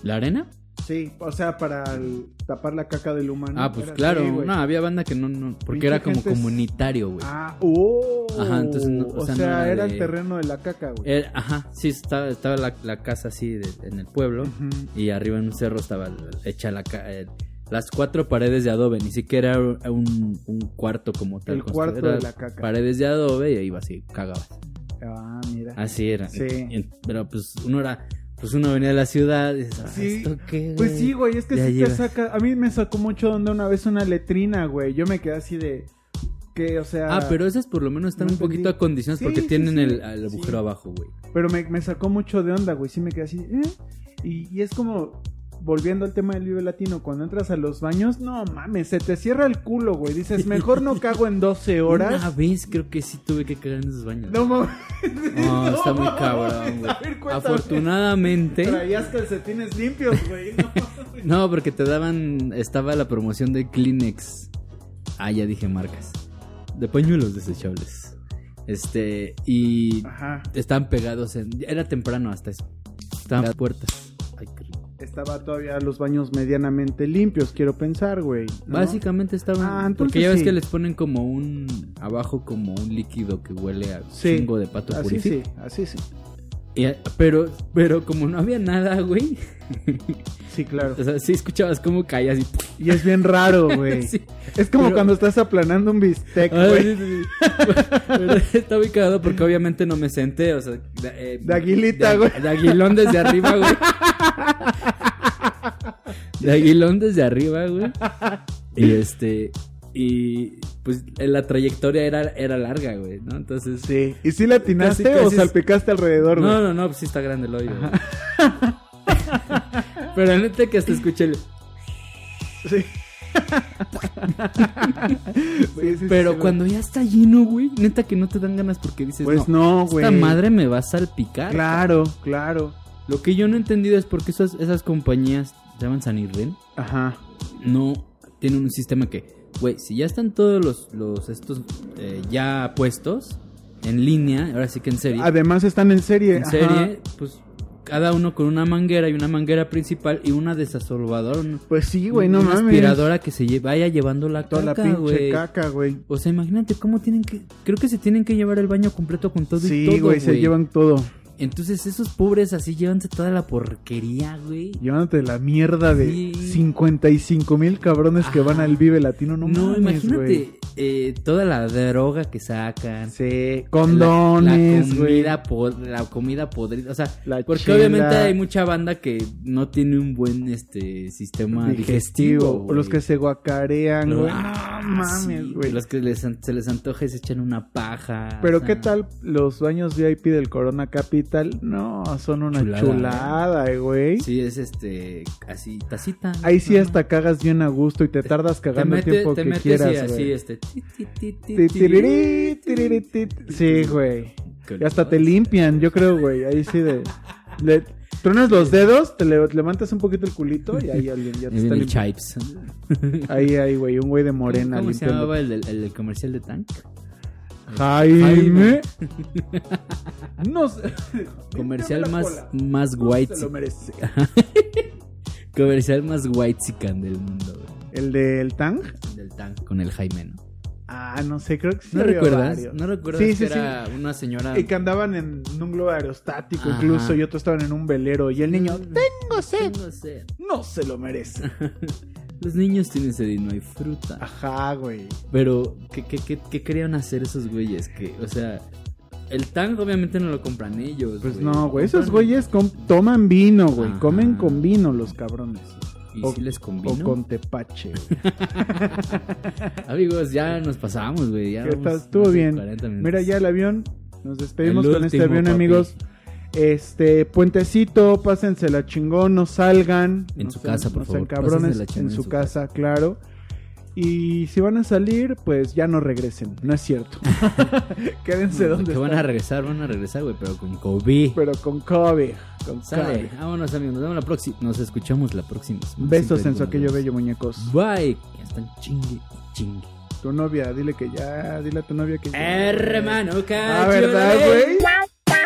[SPEAKER 1] ¿La arena?
[SPEAKER 2] Sí, o sea, para el- tapar la caca del humano.
[SPEAKER 1] Ah, pues
[SPEAKER 2] Era
[SPEAKER 1] claro.
[SPEAKER 2] así, güey.
[SPEAKER 1] no, había banda que no, no. Porque
[SPEAKER 2] Pinche
[SPEAKER 1] era como
[SPEAKER 2] gente es-
[SPEAKER 1] comunitario, güey.
[SPEAKER 2] Ah, oh.
[SPEAKER 1] Ajá, entonces no-
[SPEAKER 2] o,
[SPEAKER 1] o
[SPEAKER 2] sea,
[SPEAKER 1] sea, no era
[SPEAKER 2] era el
[SPEAKER 1] de-
[SPEAKER 2] terreno de la caca, güey.
[SPEAKER 1] Era- ajá, sí, estaba, estaba la, la casa así de- en el pueblo.
[SPEAKER 2] Ujú.
[SPEAKER 1] Y arriba en un cerro estaba hecha la ca- eh, las cuatro paredes de adobe. Ni siquiera era un, un cuarto como tal.
[SPEAKER 2] El
[SPEAKER 1] construido,
[SPEAKER 2] cuarto de
[SPEAKER 1] era
[SPEAKER 2] la caca.
[SPEAKER 1] Paredes de adobe y ahí iba así, cagabas.
[SPEAKER 2] Ah, mira.
[SPEAKER 1] Así era.
[SPEAKER 2] Sí.
[SPEAKER 1] Y- Pero pues uno era. Pues uno venía de la ciudad y dices, "Ah,
[SPEAKER 2] Sí.
[SPEAKER 1] ¿esto qué, güey?"
[SPEAKER 2] Pues sí, güey, es que
[SPEAKER 1] Ya
[SPEAKER 2] sí te
[SPEAKER 1] lleva.
[SPEAKER 2] saca. A mí me sacó mucho donde una vez una letrina, güey. Yo me quedé así de. Que, o sea.
[SPEAKER 1] Ah, pero esas por lo menos están
[SPEAKER 2] No
[SPEAKER 1] un poquito
[SPEAKER 2] entendí.
[SPEAKER 1] acondicionadas
[SPEAKER 2] Sí,
[SPEAKER 1] porque
[SPEAKER 2] sí,
[SPEAKER 1] tienen
[SPEAKER 2] sí.
[SPEAKER 1] El, el agujero
[SPEAKER 2] Sí.
[SPEAKER 1] abajo, güey.
[SPEAKER 2] Pero me, me sacó mucho de onda, güey. Sí me quedé así. ¿eh? Y, y es como, volviendo al tema del Vive Latino, cuando entras a los baños, no mames, se te cierra el culo, güey. Dices, mejor no cago en 12
[SPEAKER 1] Una
[SPEAKER 2] horas.
[SPEAKER 1] vez creo que sí tuve que cagar en esos baños.
[SPEAKER 2] No mames.
[SPEAKER 1] No, está muy
[SPEAKER 2] mames.
[SPEAKER 1] cabrón, güey.
[SPEAKER 2] A ver, cuéntame.
[SPEAKER 1] Afortunadamente.
[SPEAKER 2] Traías calcetines limpios, güey. No mames.
[SPEAKER 1] No, porque te daban. Estaba la promoción de Kleenex. Ah, ya dije marcas. De pañuelos desechables. Este. Y
[SPEAKER 2] Ajá,
[SPEAKER 1] están pegados en. Era temprano hasta eso. Estaban las puertas. Ay, qué rico.
[SPEAKER 2] estaba todavía los baños medianamente limpios, quiero pensar, güey. ¿no?
[SPEAKER 1] Básicamente estaban.
[SPEAKER 2] Ah, entonces
[SPEAKER 1] porque ya ves
[SPEAKER 2] sí.
[SPEAKER 1] que les ponen como un. Abajo como un líquido que huele a
[SPEAKER 2] Sí,
[SPEAKER 1] chingo de pato
[SPEAKER 2] Así
[SPEAKER 1] purific.
[SPEAKER 2] sí, así sí.
[SPEAKER 1] Y- pero, pero como no había nada, güey.
[SPEAKER 2] Sí, claro.
[SPEAKER 1] O sea, sí escuchabas cómo caías y.
[SPEAKER 2] Y es bien raro, güey.
[SPEAKER 1] Sí.
[SPEAKER 2] Es como
[SPEAKER 1] Pero-
[SPEAKER 2] cuando estás aplanando un bistec,
[SPEAKER 1] Ah,
[SPEAKER 2] güey.
[SPEAKER 1] sí, sí, sí. Pero Está ubicado porque obviamente no me senté, o sea, de, eh,
[SPEAKER 2] De aguilita,
[SPEAKER 1] de-
[SPEAKER 2] güey.
[SPEAKER 1] De aguilón desde arriba, güey. De aguilón desde arriba, güey. Y este y pues eh, la trayectoria era, era larga, güey, ¿no? Entonces
[SPEAKER 2] Sí. ¿Y si le atinaste
[SPEAKER 1] Casi, casi
[SPEAKER 2] o
[SPEAKER 1] es-
[SPEAKER 2] salpicaste alrededor, güey?
[SPEAKER 1] No, no, no, pues sí está grande el hoyo. güey. Pero neta que hasta escuché el
[SPEAKER 2] Sí. Sí, sí,
[SPEAKER 1] Pero
[SPEAKER 2] sí,
[SPEAKER 1] cuando ya está lleno, güey, neta que no te dan ganas porque dices,
[SPEAKER 2] Pues
[SPEAKER 1] no,
[SPEAKER 2] no, güey.
[SPEAKER 1] esta madre me va a salpicar.
[SPEAKER 2] Claro, claro.
[SPEAKER 1] Lo que yo no he entendido es por qué esas, esas compañías, se llaman Sanirren,
[SPEAKER 2] Ajá.
[SPEAKER 1] no tienen un sistema que, güey, si ya están todos los, los estos eh, ya puestos en línea, ahora sí que en serie,
[SPEAKER 2] Además están en serie.
[SPEAKER 1] en
[SPEAKER 2] ajá.
[SPEAKER 1] serie, pues cada uno con una manguera y una manguera principal y una desasolvadora, un-
[SPEAKER 2] Pues sí, güey, no
[SPEAKER 1] una
[SPEAKER 2] mames.
[SPEAKER 1] aspiradora que se lle- vaya llevando la
[SPEAKER 2] Toda la
[SPEAKER 1] caca,
[SPEAKER 2] pinche
[SPEAKER 1] güey.
[SPEAKER 2] caca, güey.
[SPEAKER 1] O sea, imagínate cómo tienen que, creo que se tienen que llevar el baño completo con todo y todo,
[SPEAKER 2] Sí, güey, se llevan todo.
[SPEAKER 1] Entonces esos pobres así llévanse toda la porquería, güey.
[SPEAKER 2] Llevándote la mierda de
[SPEAKER 1] Sí.
[SPEAKER 2] 55 mil cabrones que van
[SPEAKER 1] Ajá.
[SPEAKER 2] al Vive Latino. No,
[SPEAKER 1] No,
[SPEAKER 2] mames, güey.
[SPEAKER 1] imagínate eh, toda la droga que sacan.
[SPEAKER 2] Sí,
[SPEAKER 1] la-
[SPEAKER 2] condones,
[SPEAKER 1] la,
[SPEAKER 2] güey.
[SPEAKER 1] comida pod- la comida podrida, o sea,
[SPEAKER 2] La
[SPEAKER 1] porque
[SPEAKER 2] chela.
[SPEAKER 1] obviamente hay mucha banda que no tiene un buen este sistema digestivo.
[SPEAKER 2] O los que
[SPEAKER 1] güey.
[SPEAKER 2] se guacarean,
[SPEAKER 1] Lo-
[SPEAKER 2] güey.
[SPEAKER 1] Ah,
[SPEAKER 2] No mames,
[SPEAKER 1] sí,
[SPEAKER 2] güey.
[SPEAKER 1] Los que les an- se les antoja y se echan una paja. o
[SPEAKER 2] Pero
[SPEAKER 1] sea,
[SPEAKER 2] qué tal los baños VIP del Corona Capital? No, son una
[SPEAKER 1] Chulada,
[SPEAKER 2] chulada, güey.
[SPEAKER 1] Sí, es este así tacita.
[SPEAKER 2] Ahí sí
[SPEAKER 1] ¿no?
[SPEAKER 2] hasta cagas bien a gusto y te tardas
[SPEAKER 1] te
[SPEAKER 2] cagando el
[SPEAKER 1] metes,
[SPEAKER 2] tiempo
[SPEAKER 1] te
[SPEAKER 2] que
[SPEAKER 1] metes y
[SPEAKER 2] quieras,
[SPEAKER 1] así
[SPEAKER 2] güey.
[SPEAKER 1] este. ti, ti, ti, ti,
[SPEAKER 2] Ti,
[SPEAKER 1] tirirí.
[SPEAKER 2] tirirí, tirirí, ti- Sí, güey.
[SPEAKER 1] Qué
[SPEAKER 2] Y hasta
[SPEAKER 1] olor.
[SPEAKER 2] te limpian, yo creo, güey. Ahí sí de... Le truenas los dedos, te le- levantas un poquito el culito y ahí alguien ya te
[SPEAKER 1] Es en
[SPEAKER 2] está
[SPEAKER 1] el
[SPEAKER 2] limpiando.
[SPEAKER 1] Chipes.
[SPEAKER 2] Ahí, ahí, güey, un güey de morena
[SPEAKER 1] ¿Cómo se
[SPEAKER 2] limpiando.
[SPEAKER 1] llamaba el, del- el del comercial de Tank?
[SPEAKER 2] Jaime. no sé.
[SPEAKER 1] Comercial
[SPEAKER 2] Límpiame la
[SPEAKER 1] más,
[SPEAKER 2] cola.
[SPEAKER 1] más
[SPEAKER 2] No
[SPEAKER 1] white.
[SPEAKER 2] se lo merece.
[SPEAKER 1] Comercial más white del mundo, güey.
[SPEAKER 2] ¿El del Tang?
[SPEAKER 1] Del Tank con el Jaime, ¿no?
[SPEAKER 2] Ah, no sé, creo que sí.
[SPEAKER 1] ¿No
[SPEAKER 2] había
[SPEAKER 1] recuerdas?
[SPEAKER 2] varios.
[SPEAKER 1] ¿No recuerdas
[SPEAKER 2] Sí, sí,
[SPEAKER 1] que era una señora?
[SPEAKER 2] sí. Y que andaban en un globo aerostático
[SPEAKER 1] Ajá.
[SPEAKER 2] incluso y otros estaban en un velero y el niño,
[SPEAKER 1] Mm,
[SPEAKER 2] tengo sed,
[SPEAKER 1] Tengo sed.
[SPEAKER 2] no se lo merece.
[SPEAKER 1] Los niños tienen sed y no hay fruta.
[SPEAKER 2] Ah. Ajá, güey.
[SPEAKER 1] Pero, ¿qué, qué, qué, qué querían hacer esos güeyes? Que, o sea, el tango obviamente no lo compran ellos.
[SPEAKER 2] Pues
[SPEAKER 1] güey.
[SPEAKER 2] no,
[SPEAKER 1] Lo
[SPEAKER 2] güey, esos
[SPEAKER 1] compran-
[SPEAKER 2] güeyes com- toman vino, güey,
[SPEAKER 1] Ajá.
[SPEAKER 2] comen con vino los cabrones.
[SPEAKER 1] Y
[SPEAKER 2] o-
[SPEAKER 1] si les combino.
[SPEAKER 2] O con tepache. güey.
[SPEAKER 1] Amigos, ya nos pasamos, güey. Ya
[SPEAKER 2] ¿Qué
[SPEAKER 1] vamos-
[SPEAKER 2] tal? Estuvo
[SPEAKER 1] más de
[SPEAKER 2] bien.
[SPEAKER 1] 40 minutos.
[SPEAKER 2] Mira ya el avión, nos despedimos
[SPEAKER 1] El
[SPEAKER 2] con este
[SPEAKER 1] último,
[SPEAKER 2] avión,
[SPEAKER 1] papi.
[SPEAKER 2] amigos. Este, puentecito, pásensela chingón, no salgan.
[SPEAKER 1] En
[SPEAKER 2] no
[SPEAKER 1] su casa, por
[SPEAKER 2] no
[SPEAKER 1] favor,
[SPEAKER 2] sean cabrones,
[SPEAKER 1] pásensela chingón
[SPEAKER 2] en su casa, claro. Y si van a salir, pues ya no regresen, no es cierto. Quédense
[SPEAKER 1] No,
[SPEAKER 2] donde
[SPEAKER 1] Que van
[SPEAKER 2] están,
[SPEAKER 1] a regresar, van a regresar, güey, pero con COVID.
[SPEAKER 2] pero con COVID, con
[SPEAKER 1] Sale.
[SPEAKER 2] COVID.
[SPEAKER 1] Vámonos, amigos. Nos vemos la próxima. Nos escuchamos la próxima. semana.
[SPEAKER 2] Besos
[SPEAKER 1] Siempre
[SPEAKER 2] en su
[SPEAKER 1] alguna
[SPEAKER 2] aquello
[SPEAKER 1] vez.
[SPEAKER 2] bello, muñecos.
[SPEAKER 1] Bye. Ya están chingue, chingue.
[SPEAKER 2] Tu novia, dile que ya, dile a tu novia que ya.
[SPEAKER 1] Hermano,
[SPEAKER 2] Ah, Eh, ¿verdad, güey?